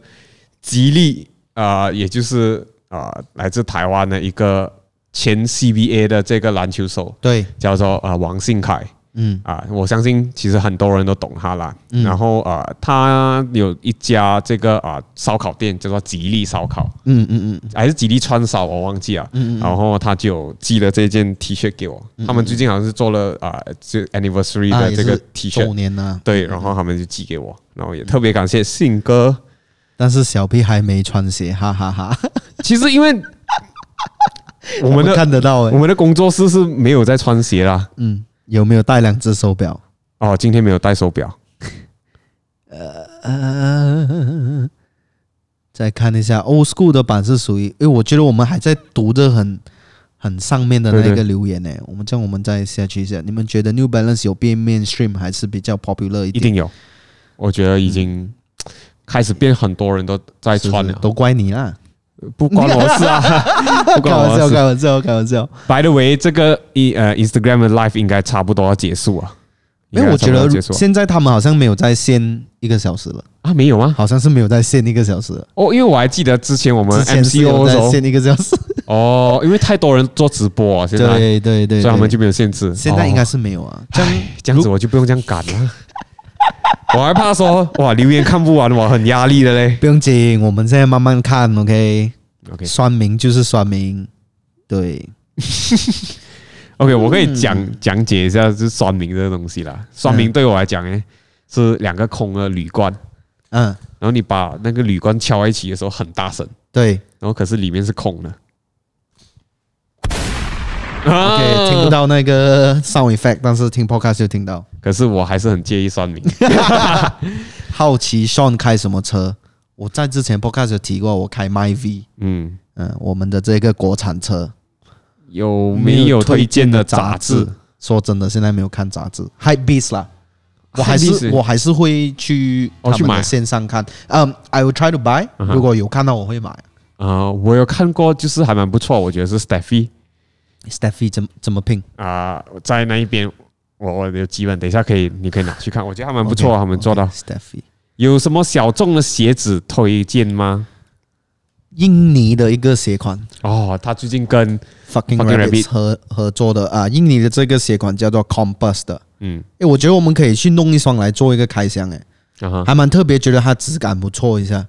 B: 吉利啊、呃也就是啊、呃来自台湾的一个前 CBA 的这个篮球手，
C: 对，
B: 叫做啊、呃王信凯。
C: 嗯
B: 啊、我相信其实很多人都懂他啦。
C: 嗯
B: 然后啊、呃他有一家这个啊、烧烤店叫做吉利烧烤，
C: 嗯嗯嗯，
B: 还是吉利川烧，我忘记了。啊
C: 嗯
B: 然后他就寄了这件 T 恤给我，他们最近好像是做了啊、就 anniversary
C: 啊
B: 的
C: 也
B: 这个
C: 是
B: T 恤
C: 周，年啊呢、
B: 对，然后他们就寄给我，然后也特别感谢信哥。
C: 但是小屁孩没穿鞋，哈哈哈
B: 其实因为我
C: 我
B: 们的
C: 看得到
B: 我
C: 诶，
B: 们的工作室是没有在穿鞋啦，
C: 嗯，有没有带两只手表？
B: 哦，今天没有戴手表，
C: 呃，再看一下 old school 的版是属于，因为我觉得我们还在读的很很上面的那
B: 对
C: 个
B: 对
C: 留言呢、我们这样，我们再下去一下，你们觉得 New Balance 有变 mainstream 还是比较 popular 一
B: 一
C: 点？
B: 定有，我觉得已经开始变很多人都在
C: 是是
B: 穿了，
C: 都怪你 啦！
B: 不关我 事啊，不
C: 开
B: 关我
C: 玩笑，
B: 的事。
C: 开玩笑，开玩笑。
B: By the way，这个一呃 Instagram 的 live 应该差不多要结束了，
C: 因为我觉
B: 应该差不
C: 得
B: 多要结束了
C: 现在他们好像没有在限一个小时了，
B: 啊，没有吗？
C: 好像是没有在限一个小时了。
B: 哦，因为我还记得之前我们
C: 之前是
B: MCO
C: 有
B: 的时
C: 在
B: 候，
C: 限一个小时，
B: 哦，因为太多人做直播、啊、现在，
C: 对对对，
B: 所以他们
C: 对
B: 就没有限制。
C: 现在应
B: 哦
C: 该是没有啊。这样
B: 这样子，我就不用这样赶了。我还怕说哇，留言看不完，我很压力的嘞。
C: 不用紧，我们现在慢慢看，OK。
B: OK
C: 酸民就是酸民，对，
B: OK，我可以讲讲解一下就是酸民这个东西啦。酸民对我来讲，哎，是两个空的铝罐，
C: 嗯，
B: 然后你把那个铝罐敲在一起的时候很大声，
C: 对
B: 然后可是里面是空的。啊
C: ，OK，听不到那个 sound effect，但是听 podcast 就听到。
B: 可是我还是很介意 酸民。
C: 好奇 Sean 开什么车？我在之前 podcast 有提过，我开 My V，
B: 嗯。
C: 嗯，我们的这个国产车，
B: 有没有推荐的杂志？。
C: 说真的，现在没有看杂志，Hype Beast 啦。我还
B: Hypebeast
C: 是我还是会去
B: 哦
C: 他
B: 去
C: 们
B: 买
C: 的线上看，嗯、i will try to buy，、
B: 嗯哼
C: 如果有看到我会买。
B: 啊、我有看过，就是还蛮不错，我觉得是 Steffi
C: Steffi 怎么怎么拼？
B: 啊、在那一边，我我有几本，等一下可以，你可以拿去看，我觉得还蛮不错啊他们做的。
C: Steffi，
B: 有什么小众的鞋子推荐吗？
C: 印尼的一个鞋款
B: 哦，他最近跟
C: Fucking
B: Fucking
C: Rabbit
B: Rabbit
C: 合合作的啊，印尼的这个鞋款叫做 Compass 的。
B: 嗯
C: 诶，我觉得我们可以去弄一双来做一个开箱，诶，
B: 啊哈
C: 还蛮特别，觉得它质感不错一下。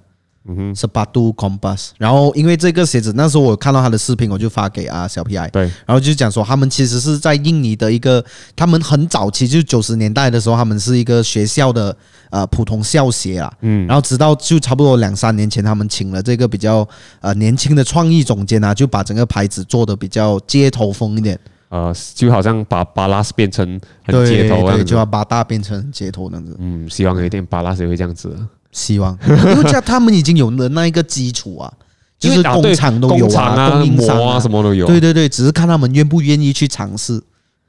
B: 嗯哼，
C: 十八度 Compass，然后因为这个鞋子，那时候我看到它的视频，我就发给啊小 PI，
B: 对，
C: 然后就讲说他们其实是在印尼的一个，他们很早期就九十年代的时候，他们是一个学校的呃普通校鞋啦，
B: 嗯
C: 然后直到就差不多两三年前，他们请了这个比较呃年轻的创意总监啊，就把整个牌子做的比较街头风一点，
B: 呃，就好像把巴拉斯变成很
C: 对
B: 街头啊这
C: 对，
B: 样
C: 就
B: 子，
C: 要把大变成街头那样子，
B: 嗯，希望有一天巴拉斯也会这样子，
C: 希望， 因为这样他们已经有了那一个基础啊，就
B: 因
C: 是
B: 为啊对
C: 工厂都有
B: 工厂啊、
C: 供应商
B: 模啊什么都有，
C: 对对对，只是看他们愿不愿意去尝试。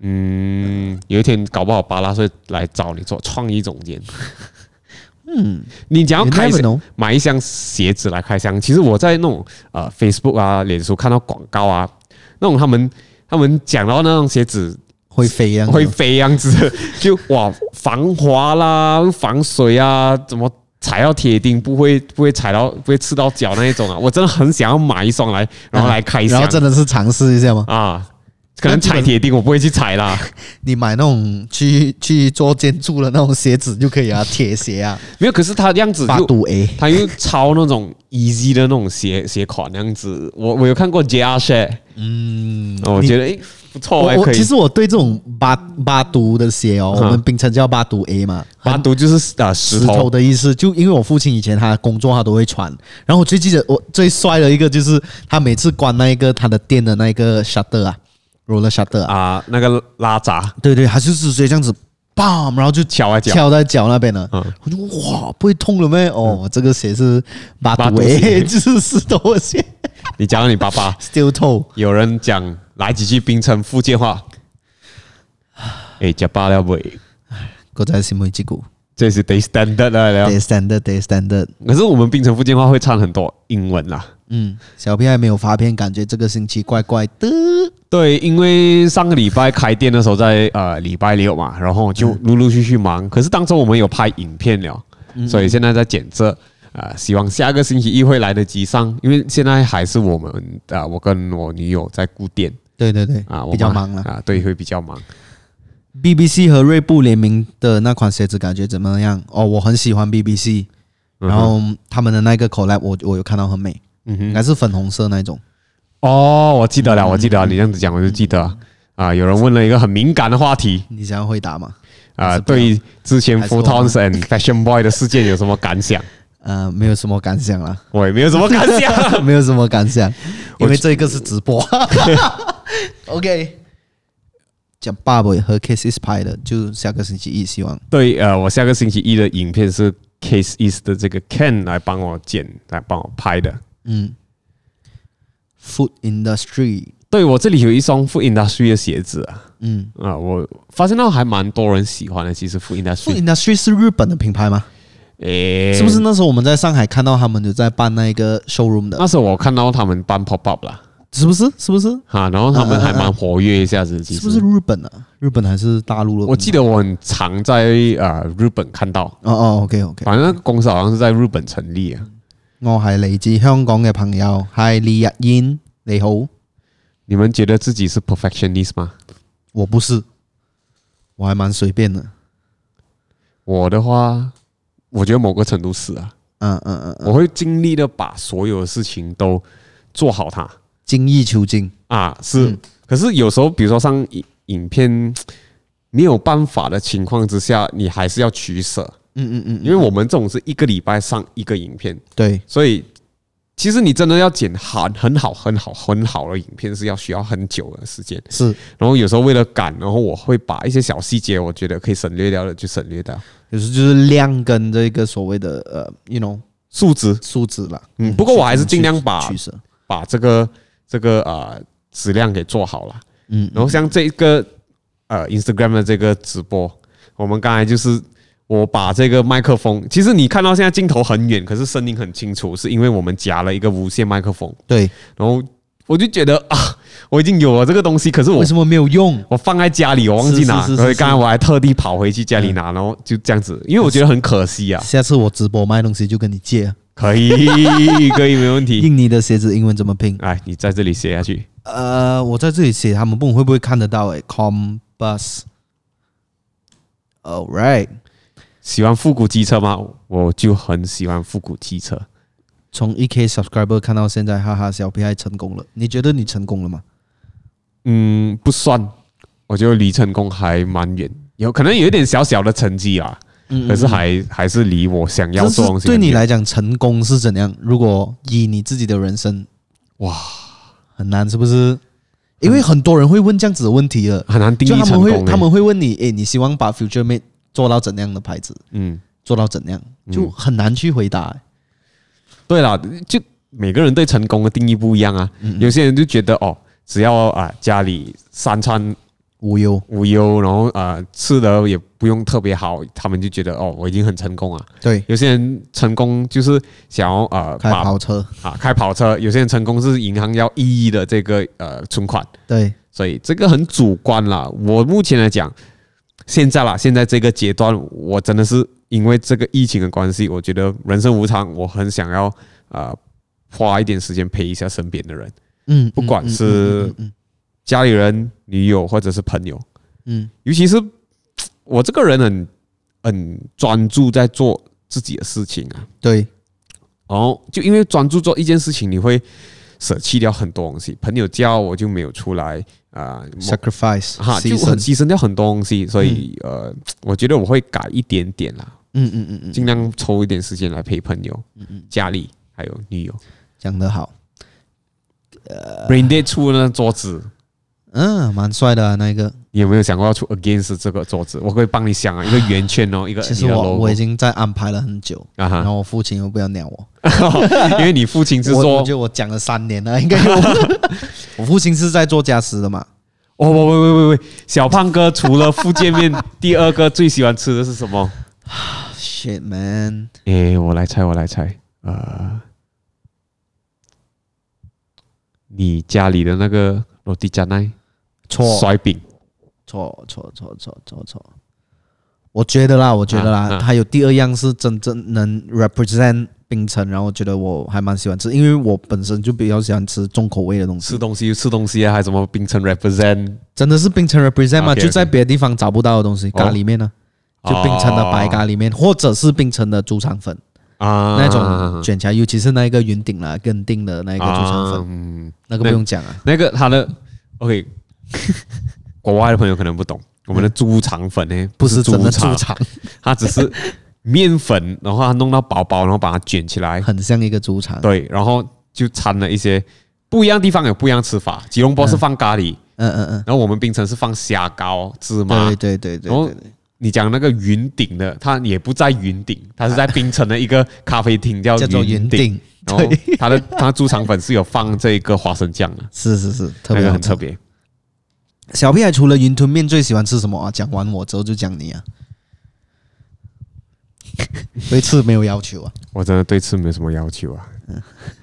B: 嗯，有一天搞不好巴拉会来找你做创意总 监。嗯，你讲要
C: You
B: 开
C: never
B: 箱
C: know
B: 买一箱鞋子来开箱，其实我在那种呃 Facebook 啊、脸书看到广告啊，那种他们他们讲到那种鞋子
C: 会飞啊呀，
B: 会飞样子，就哇防滑啦、防水啊，怎么踩到铁钉不会不会踩到不会刺到脚那一种啊，我真的很想要买一双来，然后来开
C: 然
B: 箱
C: 后真的是尝试一下嘛。
B: 啊。可能踩铁钉我不会去踩啦，
C: 你买那种去去做建筑的那种鞋子就可以啊，铁 鞋啊，
B: 没有。可是它这样子
C: 八
B: 就
C: 度 A，
B: 他又抄那种 easy 的那种鞋鞋款那样子，我我有看过 JR s 嗯，我觉得诶不错，
C: 我
B: 哦还
C: 我
B: 可
C: 其
B: 以。
C: 实我对这种八八度的鞋哦，
B: 嗯
C: 我们槟城叫八度 A 嘛，
B: 八毒就是啊石
C: 石头
B: 头，
C: 的意思，就因为我父亲以前他工作他都会穿，然后我最记得我最帅的一个就是他每次关那一个他的店的那一个 shutter 啊，roller shutter 啊，
B: 啊那个拉闸
C: 对对，他就是直接这样子。bam，然后就
B: 敲啊脚，
C: 翘在脚那边了，
B: 嗯
C: 我就哇，不会痛了咩？哦，这个鞋是八
B: 八
C: 度
B: 度
C: 诶，
B: 鞋
C: 就是石头的鞋，
B: 你讲啊到你爸 爸，
C: ，still toe。
B: 有人讲来几句冰城福建 话，哎，假巴了喂，
C: 嗰仔先妹之故
B: 这是得 standard 了了。
C: ，day standard，day standard。
B: 可是我们冰城福建话会唱很多英文啦。
C: 嗯，小 P 还没有发片，感觉这个星期怪怪的。
B: 对，因为上个礼拜开店的时候在呃礼拜六嘛，然后
C: 嗯
B: 就陆陆续续忙。可是当中我们有拍影片了，
C: 嗯
B: 所以现在在剪这。啊、希望下个星期一会来得及上，因为现在还是我们啊、我跟我女友在顾店
C: 对对对，
B: 啊，我
C: 比较
B: 妈
C: 忙嗯了。
B: 啊，对，会比较忙。
C: BBC 和锐步联名的那款鞋子感觉怎么样？哦，我很喜欢 BBC，然后他们的那个 collab 我我有看到很美，
B: 嗯
C: 应
B: 哼，
C: 该是粉红色那种。
B: 哦，我记得了，我记得了，你这样子讲我就记得了啊。有人问了一个很敏感的话题
C: 你想要回答吗？还
B: 啊，
C: 是不要
B: 对于之前
C: 还是我吗
B: Photons and Fashion Boy 的事件有什么感 想？
C: 呃，没有什么感想啦，
B: 我也没有什么感想。
C: 没有什么感想，
B: 我
C: 因为这个是直播。OK，讲爸爸和 Kisses 拍的，就下个星期一，希望
B: 对，呃，我下个星期一的影片是 Case East 的这个 Ken 来帮我剪，来帮我拍的。
C: 嗯，Food Industry，
B: 对我这里有一双 Food Industry 的鞋子啊，
C: 嗯
B: 啊、我发现到还蛮多人喜欢的。其实 Food
C: ，Food
B: Industry，
C: Industry 是日本的品牌吗？
B: 诶、
C: 是不是？那时候我们在上海看到他们有在办那个 showroom 的
B: 那，时候我看到他们办 pop up 啦，
C: 是不是？是不是？
B: 哈，然后他们还蛮活跃一下子。其
C: 是
B: 实
C: 不是日本的？日本还是大陆的？
B: 我记得我很常在啊、呃日本看到，
C: 哦哦，OK OK，
B: 反正那个公司好像是在日本成立啊。
C: 我係嚟自香港嘅朋友，係李日燕，你好，
B: 你们觉得自己是 perfectionist 吗？
C: 我不是，我还蛮随便的，
B: 我的话，我觉得某个程度是啊。
C: 嗯嗯嗯嗯，
B: 我会尽力的把所有的事情都做好它
C: 精益求精，
B: 啊，是。
C: 嗯
B: 可是有时候，比如说上影影片没有办法的情况之下，你还是要取舍，
C: 嗯嗯嗯，
B: 因为我们这种是一个礼拜上一个影片，
C: 对，
B: 所以其实你真的要剪很很好、很好、很好的影片是要需要很久的时间。
C: 是
B: 然后有时候为了赶，然后我会把一些小细节，我觉得可以省略掉的就省略掉，
C: 有时候就是量跟这个所谓的呃，you know
B: 数值。
C: 数值啦，
B: 嗯，不过我还是尽量把
C: 取舍，
B: 把这个这个呃质量给做好了。
C: 嗯，
B: 然后像这个呃 Instagram 的这个直播，我们刚才就是我把这个麦克风，其实你看到现在镜头很远，可是声音很清楚，是因为我们夹了一个无线麦克风。
C: 对，
B: 然后我就觉得啊，我已经有了这个东西，可是我
C: 为什么没有用？
B: 我放在家里，我忘记拿，
C: 是是是
B: 所以
C: 是嗯
B: 刚才我还特地跑回去家里拿，然后就这样子，因为我觉得很可惜啊。
C: 下次我直播卖东西就跟你借啊，
B: 可以， 可以，没问题。
C: 印尼的鞋子英文怎么拼？
B: 哎，你在这里写下去。
C: 呃，我在这里写，他们不懂会不会看得到、欸？哎，Compass。All right，
B: 喜欢复古机车吗？我就很喜欢复古机车。
C: 从一 K subscriber 看到现在，哈哈，小 P 还成功了。你觉得你成功了吗？
B: 嗯，不算，我觉得离成功还蛮远，有可能有一点小小的成绩啊，
C: 嗯
B: 可是还还是离我想要
C: 但
B: 做的东
C: 是
B: 西
C: 对
B: 很
C: 你
B: 远
C: 来讲，成功是怎样？如果以你自己的人生，
B: 哇
C: 很难，是不是？因为很多人会问这样子的问题了，
B: 很难定
C: 就
B: 义
C: 他
B: 成功、
C: 们会
B: 欸。
C: 他们会问你，诶，你希望把 Future Mate 做到怎样的牌子？
B: 嗯，
C: 做到怎样？就很难去回答、欸
B: 对啦，就每个人对成功的定义不一样啊。
C: 嗯
B: 有些人就觉得哦，只要啊家里三餐
C: 无忧，
B: 无忧，然后啊吃的也不用特别好，他们就觉得哦我已经很成功啊。
C: 对，
B: 有些人成功就是想要啊
C: 开
B: 把
C: 跑车，
B: 啊，开跑车，有些人成功是银行要一亿的这个呃存款，
C: 对，
B: 所以这个很主观啦。我目前来讲，现在啦，现在这个阶段，我真的是因为这个疫情的关系，我觉得人生无常，我很想要啊、呃花一点时间陪一下身边的人，
C: 嗯，
B: 不管
C: 嗯嗯
B: 是
C: 嗯嗯嗯
B: 家里人、女友或者是朋友，
C: 嗯
B: 尤其是我这个人很很专注在做自己的事情啊，
C: 对，
B: 然后哦就因为专注做一件事情，你会舍弃掉很多东西。朋友叫我就没有出来啊，
C: sacrifice 嗯
B: 哈、
C: 牺
B: 就很
C: 牲
B: 牺牲掉很多东西。所以、呃，我觉得我会改一点点啦，
C: 嗯嗯嗯嗯，嗯
B: 尽量抽一点时间来陪朋友、家里还有女友。
C: 讲得好，呃
B: Brain Day 出那桌子，
C: 嗯，蛮帅的、啊、那个，
B: 你有没有想过要出 against 这个桌子？我可以帮你想啊，一个圆圈哦，一个
C: 其实
B: 你的
C: 我
B: logo
C: 我已经在安排了很久，
B: 啊
C: 然
B: 哈，
C: 后我父亲又不要鸟我。
B: 因为你父亲是
C: 我我
B: 说
C: 觉，得我讲了三年了，应 该有。我父亲是在做家私的嘛，
B: 哦，喂喂喂喂喂，小胖哥除了福建面， 第二个最喜欢吃的是什么？
C: shit man，
B: 诶，我来猜，我来猜，呃，你家里的那个罗蒂加奈
C: 错
B: 甩饼，
C: 错错错错错错。我觉得啦，我觉得
B: 啊
C: 啦，
B: 啊
C: 他有第二样是真正能 represent 冰城，然后我觉得我还蛮喜欢吃，因为我本身就比较喜欢吃重口味的东西
B: 吃，东西吃东西啊，还什么冰城 represent
C: 真的是冰城 represent 嘛，
B: 啊 OK，OK 哦
C: 就在别的地方找不到的东西，咖喱面呢，就冰城的白咖喱面，或者是冰城的猪肠粉
B: 啊
C: 那种卷起来，尤其是那一个云顶啦、跟定的那一个猪肠粉，
B: 嗯，
C: 那个不用讲啊。
B: 那个它的 OK，国外的朋友可能不懂，我们的猪肠粉呢
C: 不是真的
B: 肠
C: 猪，肠，
B: 它只是面粉，然后它弄到薄薄，然后把它卷起来，
C: 很像一个猪肠。
B: 对，然后就掺了一些不一样地方有不一样吃法。吉隆坡是放咖喱，
C: 嗯嗯嗯，
B: 然后我们槟城是放虾膏、芝麻
C: 对。对对对
B: 然后
C: 对对，
B: 你讲那个云顶的，它也不在云顶，它是在槟城的一个咖啡厅叫
C: 叫做
B: 哦云
C: 云
B: 顶。
C: 顶，
B: 然后它的它猪肠粉是有放这个花生酱的，
C: 是是是，特
B: 那
C: 别
B: 个
C: 好
B: 很
C: 吃
B: 特。 别。
C: 小屁孩除了云吞面，最喜欢吃什么啊？讲完我之后就讲你啊。 对吃没有要求啊，
B: 我真的对吃没有什么要求啊，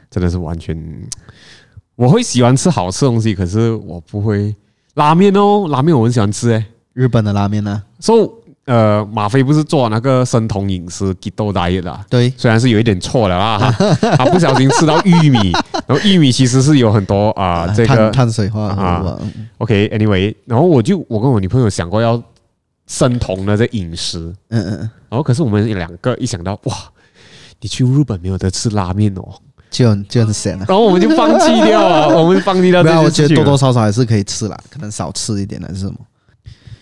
B: 真的是完全。我会喜欢吃好吃的东西，可是我不会拉面哦，拉面我很喜欢吃诶、
C: 日本的拉面啊呢？
B: 所以呃，马飞不是做那个生酮饮食 keto diet 啊，
C: 对，
B: 虽然是有一点错了啊， 他他不小心吃到玉 米，然后玉米其实是有很多啊、这
C: 碳
B: 个
C: 碳水化合物啊，嗯
B: OK，anyway，、然后我就我跟我女朋友想过要生酮的这饮食，
C: 嗯嗯嗯，
B: 然后可是我们两个一想到哇，你去日本没有得吃拉面哦，
C: 就很就很咸啊。
B: 然后我们就放弃掉 啊，我们放弃掉
C: 没
B: 这
C: 有啊，我
B: 件事
C: 觉得
B: 情
C: 多
B: 了。
C: 多少少还是可以吃啦，可能少吃一点还是什么。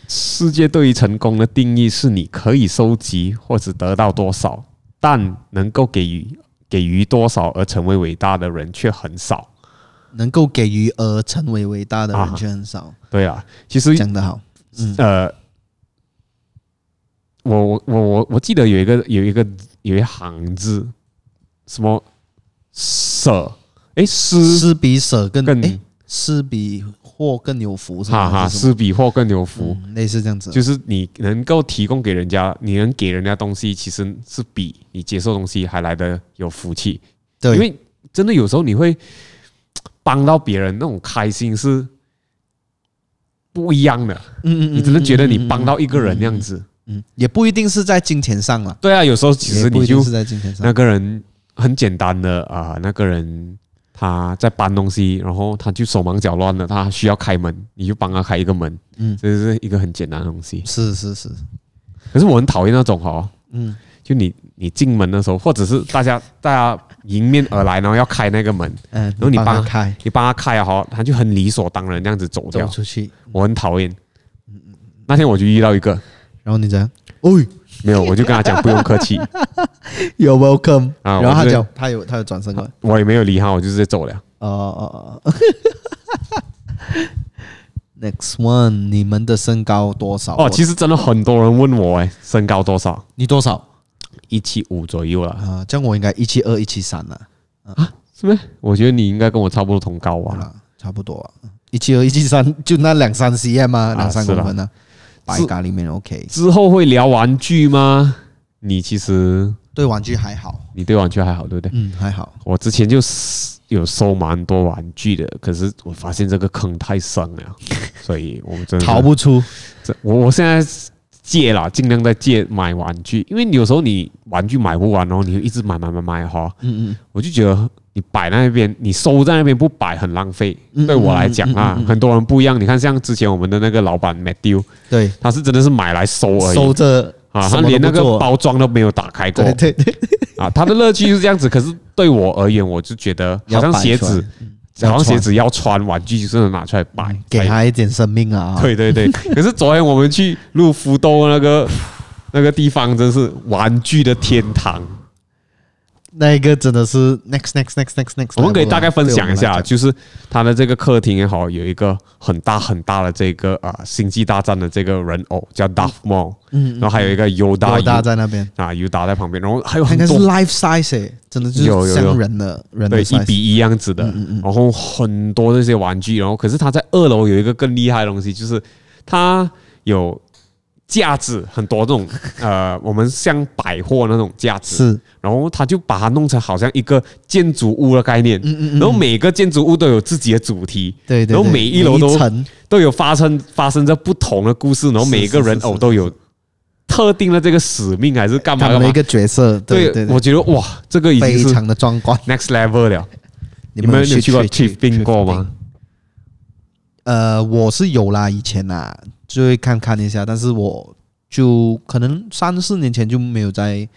B: 世界对于成功的定义是你可以收集或者得到多少，但能够给予给予多少而成为伟大的人却很少。
C: 能够给予而成为伟大的
B: 啊
C: 人却很少，
B: 对啊，其实
C: 讲得好。嗯
B: 呃，我我我我我记得有一个有一个有一行字，什么舍诶，施
C: 施比舍更
B: 更
C: 诶，施比祸更有福是
B: 哈
C: 吧？
B: 哈，
C: 还是什么
B: 施比或更有福，
C: 嗯类似这样子，
B: 就是你能够提供给人家，你能给人家东西，其实是比你接受东西还来的有福气。
C: 对，
B: 因为真的有时候你会帮到别人，那种开心是不一样的。
C: 嗯
B: 你真的觉得你帮
C: 到，
B: 到一个人那样子，
C: 嗯，也不一定是在金钱上了，
B: 对啊，有时候其
C: 也
B: 实
C: 不
B: 你
C: 一定
B: 就是
C: 在金钱上
B: 那，个人很简单的啊、那个人他在搬东西，然后他就手忙脚乱了，他需要开门，你就帮他开一个门，
C: 嗯
B: 这是一个很简单的东西。
C: 是是是，
B: 可是我很讨厌那种哦，
C: 嗯，
B: 就你你进门的时候，或者是大 家大家迎面而来，然后要开那个门，
C: 嗯，然
B: 后你
C: 帮
B: 帮
C: 他开
B: 你帮他开啊，哈，他就很理所当然这样子走
C: 走
B: 掉，
C: 出去，嗯
B: 我很讨厌。那天我就遇到一个，
C: 然后你讲，哦
B: 没有，我就跟他 讲不用客气，
C: ，You're welcome，
B: 啊
C: 然后
B: 我啊
C: 他
B: 是
C: 讲，他有他有转身过来，
B: 我也没有理他，我就直接走了。
C: 哦哦哦。Next one，你们的身高多少？
B: 哦，其实真的很多人问我，哎，身高多少？
C: 你多少
B: 一七五左右啦。
C: 啊？这样我应该一七二、一七三了，
B: 是吗？我觉得你应该跟我差不多同高
C: 好
B: 啊。
C: 了，差不多啊，一七二、一七三，就那两三 cm 啊，
B: 啊
C: 两三
B: 是
C: 公
B: 啦
C: 分啊，白
B: 是
C: 咖喱面 OK，
B: 之后会聊玩具吗？你其实
C: 对玩具还好，
B: 你对玩具还好，对不对？
C: 嗯，还好。
B: 我之前就是有收蛮多玩具的，可是我发现这个坑太深了，所以我们真的
C: 逃不出，
B: 这我我现在戒啦，尽量在戒买玩具，因为你有时候你玩具买不完哦，你就一直买买买买哈，
C: 嗯嗯
B: 我就觉得你摆那边，你收在那边不摆很浪费。
C: 嗯
B: 对我来讲啊
C: 嗯嗯嗯嗯，
B: 很多人不一样。你看，像之前我们的那个老板 Matthew，
C: 对，
B: 他是真的是买来收而已，
C: 收着
B: 啊，
C: 什
B: 他
C: 么
B: 连
C: 都
B: 那个
C: 不做，
B: 包装都没有打开过
C: 对对对，
B: 啊。他的乐趣就是这样子，可是对我而言，我就觉 得好像鞋子，
C: 要摆出来嗯嗯
B: 好像鞋子要穿，玩具就是拿出来摆，
C: 给
B: 哎。
C: 他一点生命啊，
B: 对对对， 可是昨天我们去录福 州那个那个地方，真是玩具的天堂。
C: 那一个真的是 next next next next next，啊
B: 我们可以大概分享一
C: 哎对我们来
B: 下，
C: 讲
B: 就是他的这个客厅也好，有一个很大很大的这个啊、星际大战》的这个人偶叫 d a r t m o r 嗯，然后还有一个 Yoda，
C: 大在那边，
B: 啊 Yoda 在旁边，然后还有
C: 那
B: 很
C: 个是
B: 多
C: life size，、欸、真的就
B: 有有
C: 是
B: 有
C: 像人的人
B: 对
C: 的
B: 一
C: size，嗯
B: 比一样子的，然后很多这些玩具，然后可是他在二楼有一个更厉害的东西，就是他有架子，很多这种呃，我们像百货那种架子，
C: 是
B: 然后他就把它弄成好像一个建筑物的概念，
C: 嗯
B: 然后每个建筑物都有自己的主题，
C: 对对对，
B: 然后每一楼都
C: 层
B: 都有发生发生着不同的故事，然后
C: 是
B: 每一个
C: 是是
B: 人
C: 是
B: 偶
C: 是
B: 都有特定的这个使命还是干嘛
C: 他
B: 干
C: 们的
B: 嘛
C: 一。个角色，对对
B: 我
C: 对，
B: 觉得哇，这个已经
C: 非
B: 是
C: 常的壮观。
B: next level 了。你
C: 们
B: 们有去过 Chief
C: Chief
B: Bin 过吗？？
C: 呃，我是有啦，以前啦，就会看看一下，但是我就可能三四年前就没有再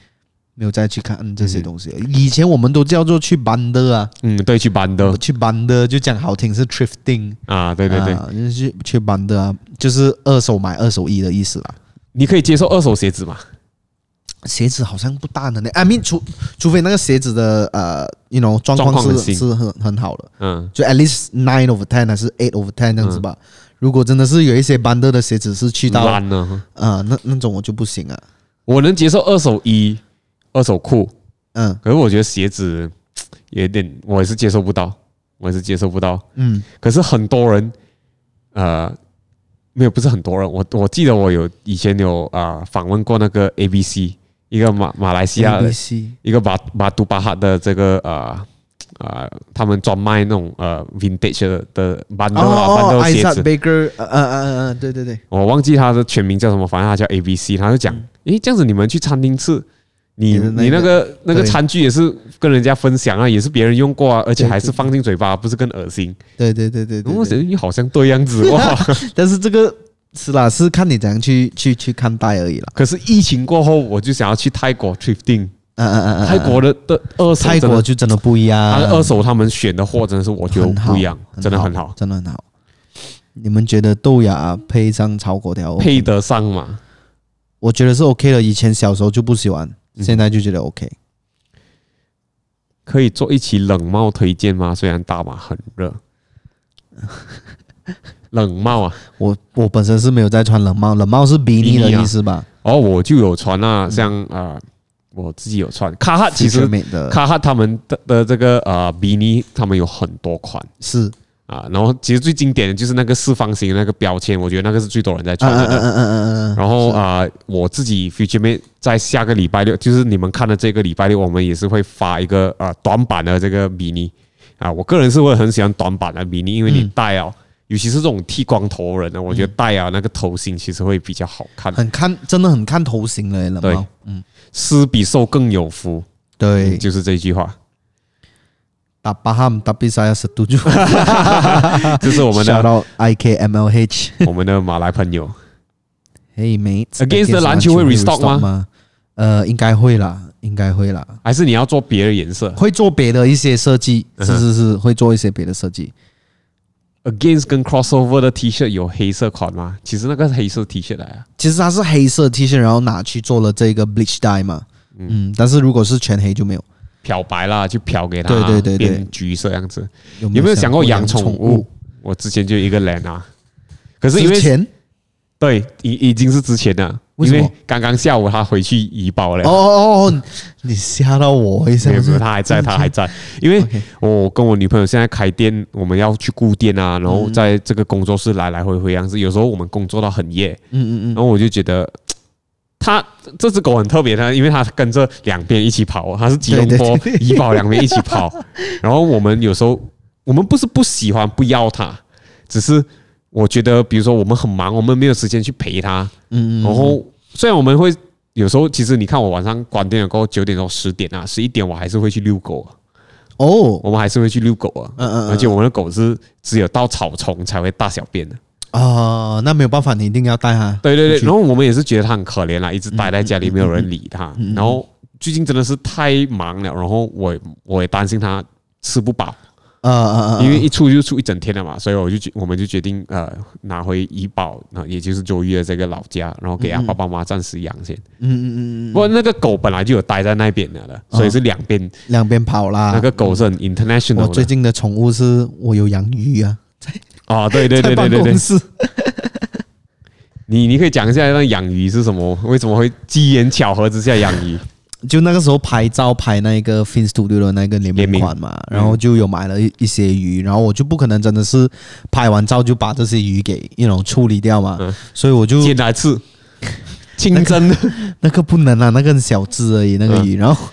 C: 没有再去看这些东西了。以前我们都叫做去 band 啊，
B: 嗯，对，去班的
C: 去 band 就讲好听是 thrifting，
B: 啊，对对对，
C: 啊就是去去 band 啊，就是二手买二手衣的意思啦。
B: 你可以接受二手鞋子嘛？
C: 鞋子好像不大能的，I mean，除除非那个鞋子的呃，you know，状
B: 状
C: 况
B: 况很
C: 是
B: 新
C: 是很很好的，
B: 嗯，
C: 就 at least nine over ten 还是 eight over ten 这样子吧。如果真的是有一些 band 的鞋子是去到
B: 烂呢。
C: 啊、那那种我就不行啊。
B: 我能接受二手衣、二手裤，
C: 嗯
B: 可是我觉得鞋子有点，我也是接受不到，我也是接受不到。
C: 嗯
B: 可是很多人，呃，没有，不是很多人。我我记得我有以前有啊、呃访问过那个 ABC 一个马马来西亚的
C: ，ABC
B: 一个巴巴杜巴哈的这个呃呃，他们专卖那种呃 vintage 的的 bundle 啊、
C: 哦
B: bundle
C: ，Isaac
B: 鞋子，
C: Baker，呃呃呃呃，对对对，
B: 我忘记他的全名叫什么，反正他叫 A B C，他就讲，诶、这样子你们去餐厅吃，你
C: 嗯你的那
B: 你那个那个
C: 对
B: 餐具也是跟人家分享啊，也是别人用过啊，而且
C: 对
B: 还是
C: 对
B: 放进嘴巴，不是更恶心？
C: 对对对对对
B: 我
C: 对
B: 觉得你好像对样子哇！
C: 但是这个是啦，是看你怎样去去去看待而已啦。
B: 可是疫情过后，我就想要去泰国 thrifting，
C: 嗯嗯嗯嗯，
B: 泰国的的二手
C: 泰
B: 真
C: 国
B: 的，
C: 就真的不一样，
B: 他的二手他们选的货真的是我觉得
C: 很好
B: 不一样，真的很好，
C: 真的很好。你们觉得豆芽啊配上炒粿条，
B: 配得上嘛？
C: 我觉得是 OK 的。以前小时候就不喜欢，
B: 嗯
C: 现在就觉得 OK。
B: 可以做一期冷帽推荐吗？虽然大马很 热，冷帽啊。
C: 我我本身是没有在穿冷帽，冷帽是比你的
B: 比你啊
C: 意思吧？
B: 哦，我就有穿啊，像啊、呃我自己有穿卡哈，其实
C: Future Made 嗯的
B: 卡哈他们的的这个呃比尼，他们有很多款
C: 是
B: 啊。然后其实最经典的就是那个四方形的那个标签，我觉得那个是最多人在
C: 嗯
B: 穿
C: 嗯
B: 的。
C: 嗯嗯嗯嗯嗯，
B: 然后啊、呃我自己 Future Mate 在下个礼拜六，就是你们看的这个礼拜六，我们也是会发一个呃短版的这个比尼啊。我个人是会很喜欢短版的比尼，因为
C: 嗯
B: 你戴啊，尤其是这种剃光头的人呢，我觉得戴啊那个头型其实会比较好看，啊
C: 很看，真的很看头型了耶，哎冷帽
B: 对。嗯施比受更有福，嗯
C: 对，
B: 就是这一句话。
C: 打巴哈姆打比赛要十度就啊
B: 这是我 们
C: 笑
B: 的
C: 到 I K M L H。
B: 我们的马来朋友，
C: Hey mate，
B: Against the 篮球会 restock 吗
C: 吗？呃，应该会啦，应该会啦，
B: 还是你要做别的颜色
C: 会做别的一些设计，
B: 嗯
C: 是是是，会做一些别的设计。
B: ？Against 跟 crossover 的 T 恤有黑色款吗？其实那个是黑色 T 恤来啊，
C: 其实它是黑色 T 恤，然后拿去做了这个 bleach dye 嘛。嗯，但是如果是全黑就没有。
B: 漂白啦，就漂给它，
C: 对对对对
B: 变橘色样子。
C: 有
B: 有没有想
C: 想
B: 过养
C: 养
B: 宠物？？我之前就有一个人啊，可是因
C: 之
B: 为
C: 前
B: 对已已经是之前的，
C: 为
B: 因
C: 什么
B: 为刚刚下午他回去怡保了
C: 哦。哦哦，你吓到我一下
B: 没有没有，。他还在，他还在。因为
C: OK
B: 我跟我女朋友现在开店，我们要去顾店啊，然后在这个工作室来来回回样子。有时候我们工作到很夜，
C: 嗯嗯嗯，
B: 然后我就觉得，它这只狗很特别的，因为它跟着两边一起跑，它是吉隆坡、
C: 对对对
B: 怡保两边一起 跑。然后我们有时候，我们不是不喜欢不要它，只是我觉得，比如说我们很忙，我们没有时间去陪它。
C: 嗯
B: 嗯，然后虽然我们会有时候，其实你看我晚上关店了过后，九点钟、十点啊、十一点，我还是会去遛狗啊，
C: 哦，
B: 我们还是会去遛狗啊。
C: 嗯嗯嗯
B: 而且我们的狗是只有到草丛才会大小便的。
C: 啊，那没有办法，你一定要带它。
B: 对对对，然后我们也是觉得他很可怜啦，一直待在家里，没有人理
C: 嗯
B: 他。然后最近真的是太忙了，然后我我也担心他吃不饱，
C: 呃呃呃，
B: 因为一出就出一整天了
C: 嗯
B: 嘛，所以我就决我们就决定呃拿回怡保，那也就是周瑜的这个老家，然后给他爸爸妈妈暂时养先。
C: 嗯嗯嗯嗯，啊
B: 不过那个狗本来就有待在那边了的，所以是两边
C: 两边跑啦。
B: 那个狗是很
C: 啊我
B: international
C: 最
B: 的
C: 近的宠物是我有养鱼啊，
B: 哦，对对对对对
C: 在办
B: 对
C: 公，室
B: 你你可以讲一下那养鱼是什么？为什么会机缘巧合之下养鱼？
C: 就那个时候拍照拍那个 Fin Studio 的那个联
B: 联
C: 名
B: 名
C: 款嘛，然后就有买了一一些鱼，然后我就不可能真的是拍完照就把这些鱼给一种处理掉嘛，
B: 嗯
C: 所以我就
B: 煎来吃，清蒸的
C: 那个不能啊，那个很小只而已，那个鱼，然后。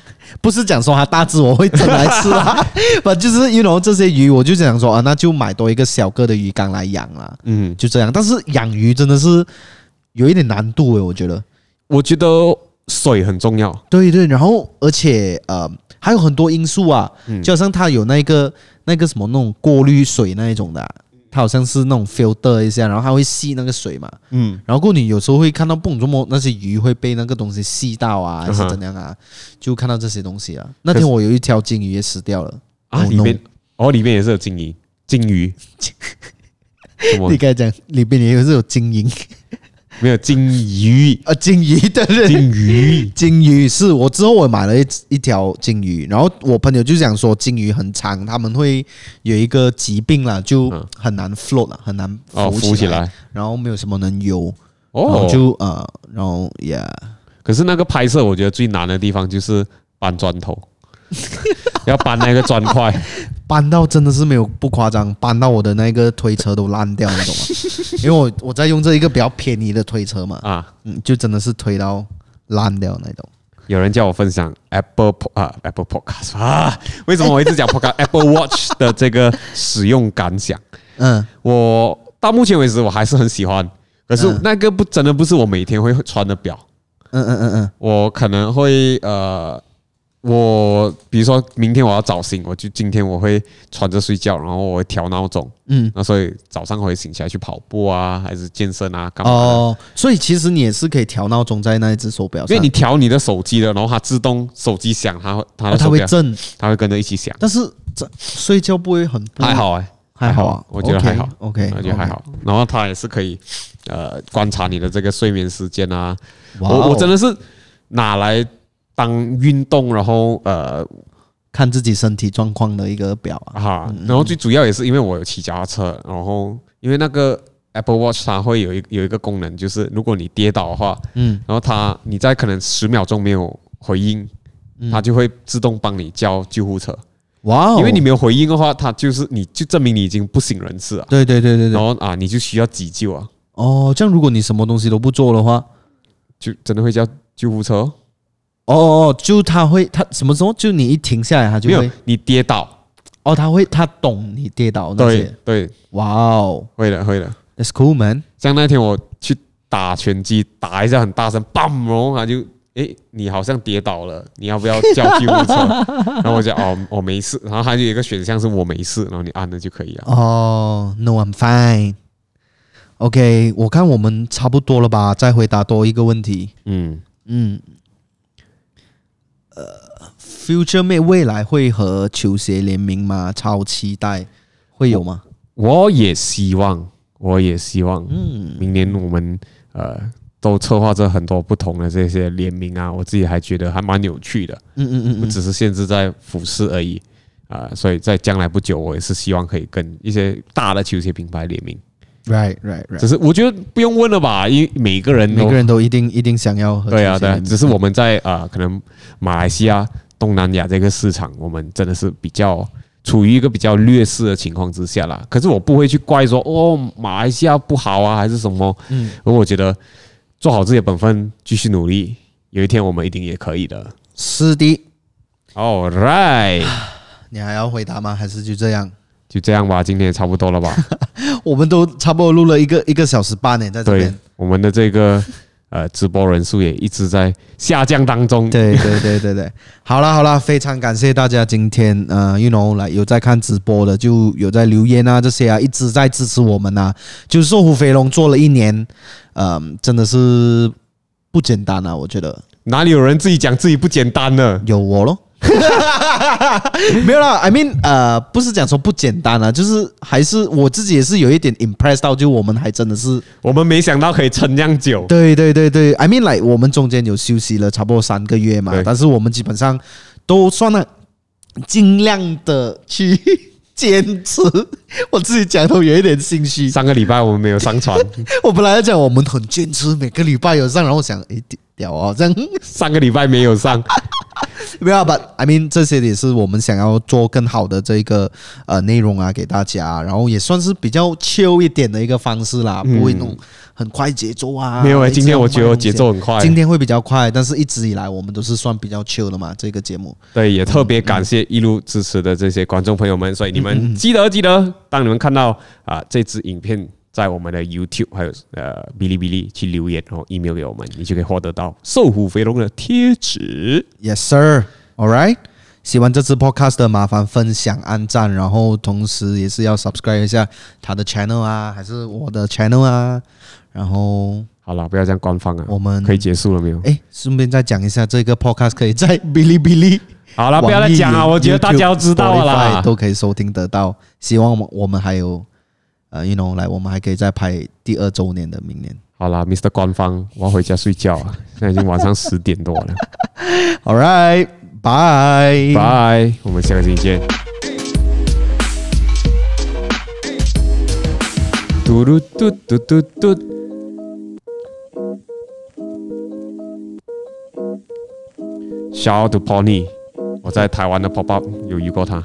C: 不是讲说它大只我会整来吃啦，不就是因为这些鱼，我就想说啊，那就买多一个小个的鱼缸来养啦，
B: 嗯，
C: 就这样。但是养鱼真的是有一点难度诶、欸我觉得。
B: 我觉得水很重要。
C: 对对，然后而且呃还有很多因素啊，
B: 嗯
C: 就好像它有那个那个什么那种过滤水那一种的啊、
B: 嗯
C: 它好像是那种 filter 一下，然后它会吸那个水嘛，
B: 嗯，
C: 然后过后你有时候会看到不懂怎么那些鱼会被那个东西吸到啊，还是
B: 嗯哼
C: 怎样啊，就看到这些东西啊。那天我有一条金鱼也死掉了
B: 啊，
C: Oh
B: 里面哦，里面也是有金鱼，金鱼，什么
C: 你刚才讲里边也是有金银
B: 没有金鱼？
C: 啊，金鱼对对对
B: 金 鱼，
C: 金鱼是我之后我买了一一条金鱼，然后我朋友就讲说金鱼很长，他们会有一个疾病啦，就
B: 嗯
C: 很难 float 了，很难
B: 哦，浮
C: 浮
B: 起
C: 起来，
B: 来
C: 然后没有什么能游，然后
B: 哦。
C: 就呃，然后 yeah，
B: 可是那个拍摄，我觉得最难的地方就是搬砖头， 要搬那个砖块。
C: 搬到真的是没有不夸张，搬到我的那个推车都烂掉，你 懂吗？因为我我在用这一个比较便宜的推车嘛，
B: 啊，
C: 嗯，就真的是推到烂掉那种。
B: 有人叫我分享 Apple Po- 啊 Apple Podcast 啊，为什么我一直讲 Podcast Apple Watch 的这个使用感想？
C: 嗯，
B: 我到目前为止我还是很喜欢，可是那个不真的不是我每天会穿的表，
C: 嗯嗯嗯嗯，
B: 我可能会呃，我比如说明天我要早醒，我就今天我会穿着睡觉，然后我会调闹钟，
C: 嗯，
B: 那所以早上会醒起来去跑步啊，还是健身啊，干嘛的？
C: 哦，所以其实你也是可以调闹钟在那一只手表
B: 因
C: 上，
B: 为你调你的手机的，然后它自动手机响，它会它
C: 哦
B: 的
C: 它
B: 手
C: 会
B: 表
C: 震。
B: 它会跟着一起响，
C: 但是这睡觉不会很不
B: 还，好哎、
C: 还好啊，
B: 我觉得还好
C: OK，,
B: 我觉得还。好。
C: 哦
B: 然后它也是可以呃观察你的这个睡眠时间啊，我我真
C: 的
B: 的是拿来当运动，然后呃
C: 看自己身体状况的一个表啊。
B: 哈，然后最主要也是因为我有骑脚踏车，然后因为那个 Apple Watch 它会有一有一个功能，就是如果你跌倒的话，
C: 嗯，
B: 然后它你在可能十秒钟没有回应，它就会自动帮你叫救护车，
C: 哇嗯哦，
B: 因为你没有回应的话，它就是你就证明你已经不省人事了，
C: 对对对对
B: 然
C: 对，
B: 后啊你就需要急救啊，
C: 哦，这样如果你什么东西都不做的话，
B: 就真的会叫救护车哦，
C: 哦哦，哦就他会他什么时候就你一停下来，他就
B: 没有
C: 会
B: 你跌倒，
C: 哦，他会他懂你跌倒那
B: 对
C: 些。
B: 对，
C: 哇哦
B: 会了会了。
C: ，That's cool man，
B: 像那天我去打拳击，打一下很大声，砰，然后他就，诶，你好像跌倒了，你要不要叫救护车？然后我讲，哦，我没事。然后他就有一个选项是我没事，然后你按了就可以了。
C: 哦，No I'm fine。OK，我看我们差不多了吧，再回答多一个问题。
B: 嗯，
C: 嗯，呃，Future Mate 未来会和球鞋联名吗？超期待，会有吗？
B: 我也希望，我也希望，
C: 嗯，
B: 明年我们呃都策划着很多不同的这些联名啊，我自己还觉得还蛮有趣的，
C: 嗯嗯
B: 不
C: 嗯嗯，
B: 只是限制在服饰而已。啊、所以在将来不久，我也是希望可以跟一些大的球鞋品牌联名。
C: ，Right Right
B: 只
C: Right，
B: 是我觉得不用问了吧，因为每个人
C: 每
B: 都
C: 个人都一定一定想要和球
B: 对啊
C: 鞋
B: 对啊
C: 联，名，
B: 只是我们在啊、呃可能马来西亚、东南亚这个市场，我们真的是比较处于一个比较劣势的情况之下啦。可是我不会去怪说哦，马来西亚不好啊，还是什么。
C: 嗯，
B: 而我觉得做好自己的本分，继续努力，有一天我们一定也可以的。
C: 是的，
B: All right，
C: 你还要回答吗？还是就这样？
B: 就这样吧，今天也差不多了吧？
C: 我们都差不多录了一个一个小时半呢，在 这
B: 对
C: 边。，
B: 我们的这个呃直播人数也一直在下降当中。
C: 对对对对对，好啦好啦，非常感谢大家今天呃，you know 来有在看直播的，就有在留言啊这些啊，一直在支持我们啊。就是瘦虎肥龙做了一年，嗯、真的是不简单啊，我觉得
B: 哪里有人自己讲自己不简单呢？
C: 有我咯， 没有啦，I mean，呃，不是讲说不简单啊，就是还是我自己也是有一点 impressed 到，就我们还真的是，
B: 我们没想到可以撑这样久。
C: 对对对对，I mean like 我们中间有休息了差不多三个月嘛
B: 对，
C: 但是我们基本上都算了，尽量的去 坚持，我自己讲都有一点心虚。
B: 上个礼拜我们没有上 传，
C: 我本来要讲我们很坚持，每个礼拜有上，然后我想，诶，屌啊，这样
B: 上个礼拜没有上，
C: 啊没有，but 啊 I mean 这些也是我们想要做更好的这个呃内容啊，给大家，然后也算是比较 chill 一点的一个方式啦，不会弄很快节奏啊。
B: 嗯没有诶
C: 一直
B: 今天
C: 要
B: 我觉得
C: 慢
B: 我
C: 一些
B: 节奏很快
C: 今天会比较快，但是一直以来我们都是算比较 chill 的嘛，这个节目。
B: 对，也特别感谢一路支持的这些观众朋友们，所以你
C: 嗯
B: 们记得记得，当你们看到啊、这支影片在我们的 YouTube 还有呃哔哩哔哩去留言，然后 email 给我们，你就可以获得到瘦虎肥龙的贴纸。
C: Yes, sir. All right. 喜欢这支 podcast 的，麻烦分享、按赞，然后同时也是要 subscribe 一下他的 channel 啊，还是我的 channel 啊。然后，
B: 好了，不要这样官方啊，
C: 我们
B: 可以结束了没有？
C: 哎，顺便再讲一下，这个 podcast 可以在 哔哩哔哩、
B: 好啊了，不要再讲
C: 网易
B: 了，
C: 云
B: 我觉得大家都知道了
C: YouTube Spotify
B: 啦。
C: 都可以收听得到。希望我们我们还有，呃，you know，来，我们还可以再拍第二周年的明年。
B: 好啦 m r 官方，我要回家睡觉啊， 现在已经晚上十点多了，
C: All right，bye，
B: 拜，我们下个星期见。嘟嘟嘟嘟嘟嘟。Shout out to Pony，我在台湾的 Pop Up 有遇过他。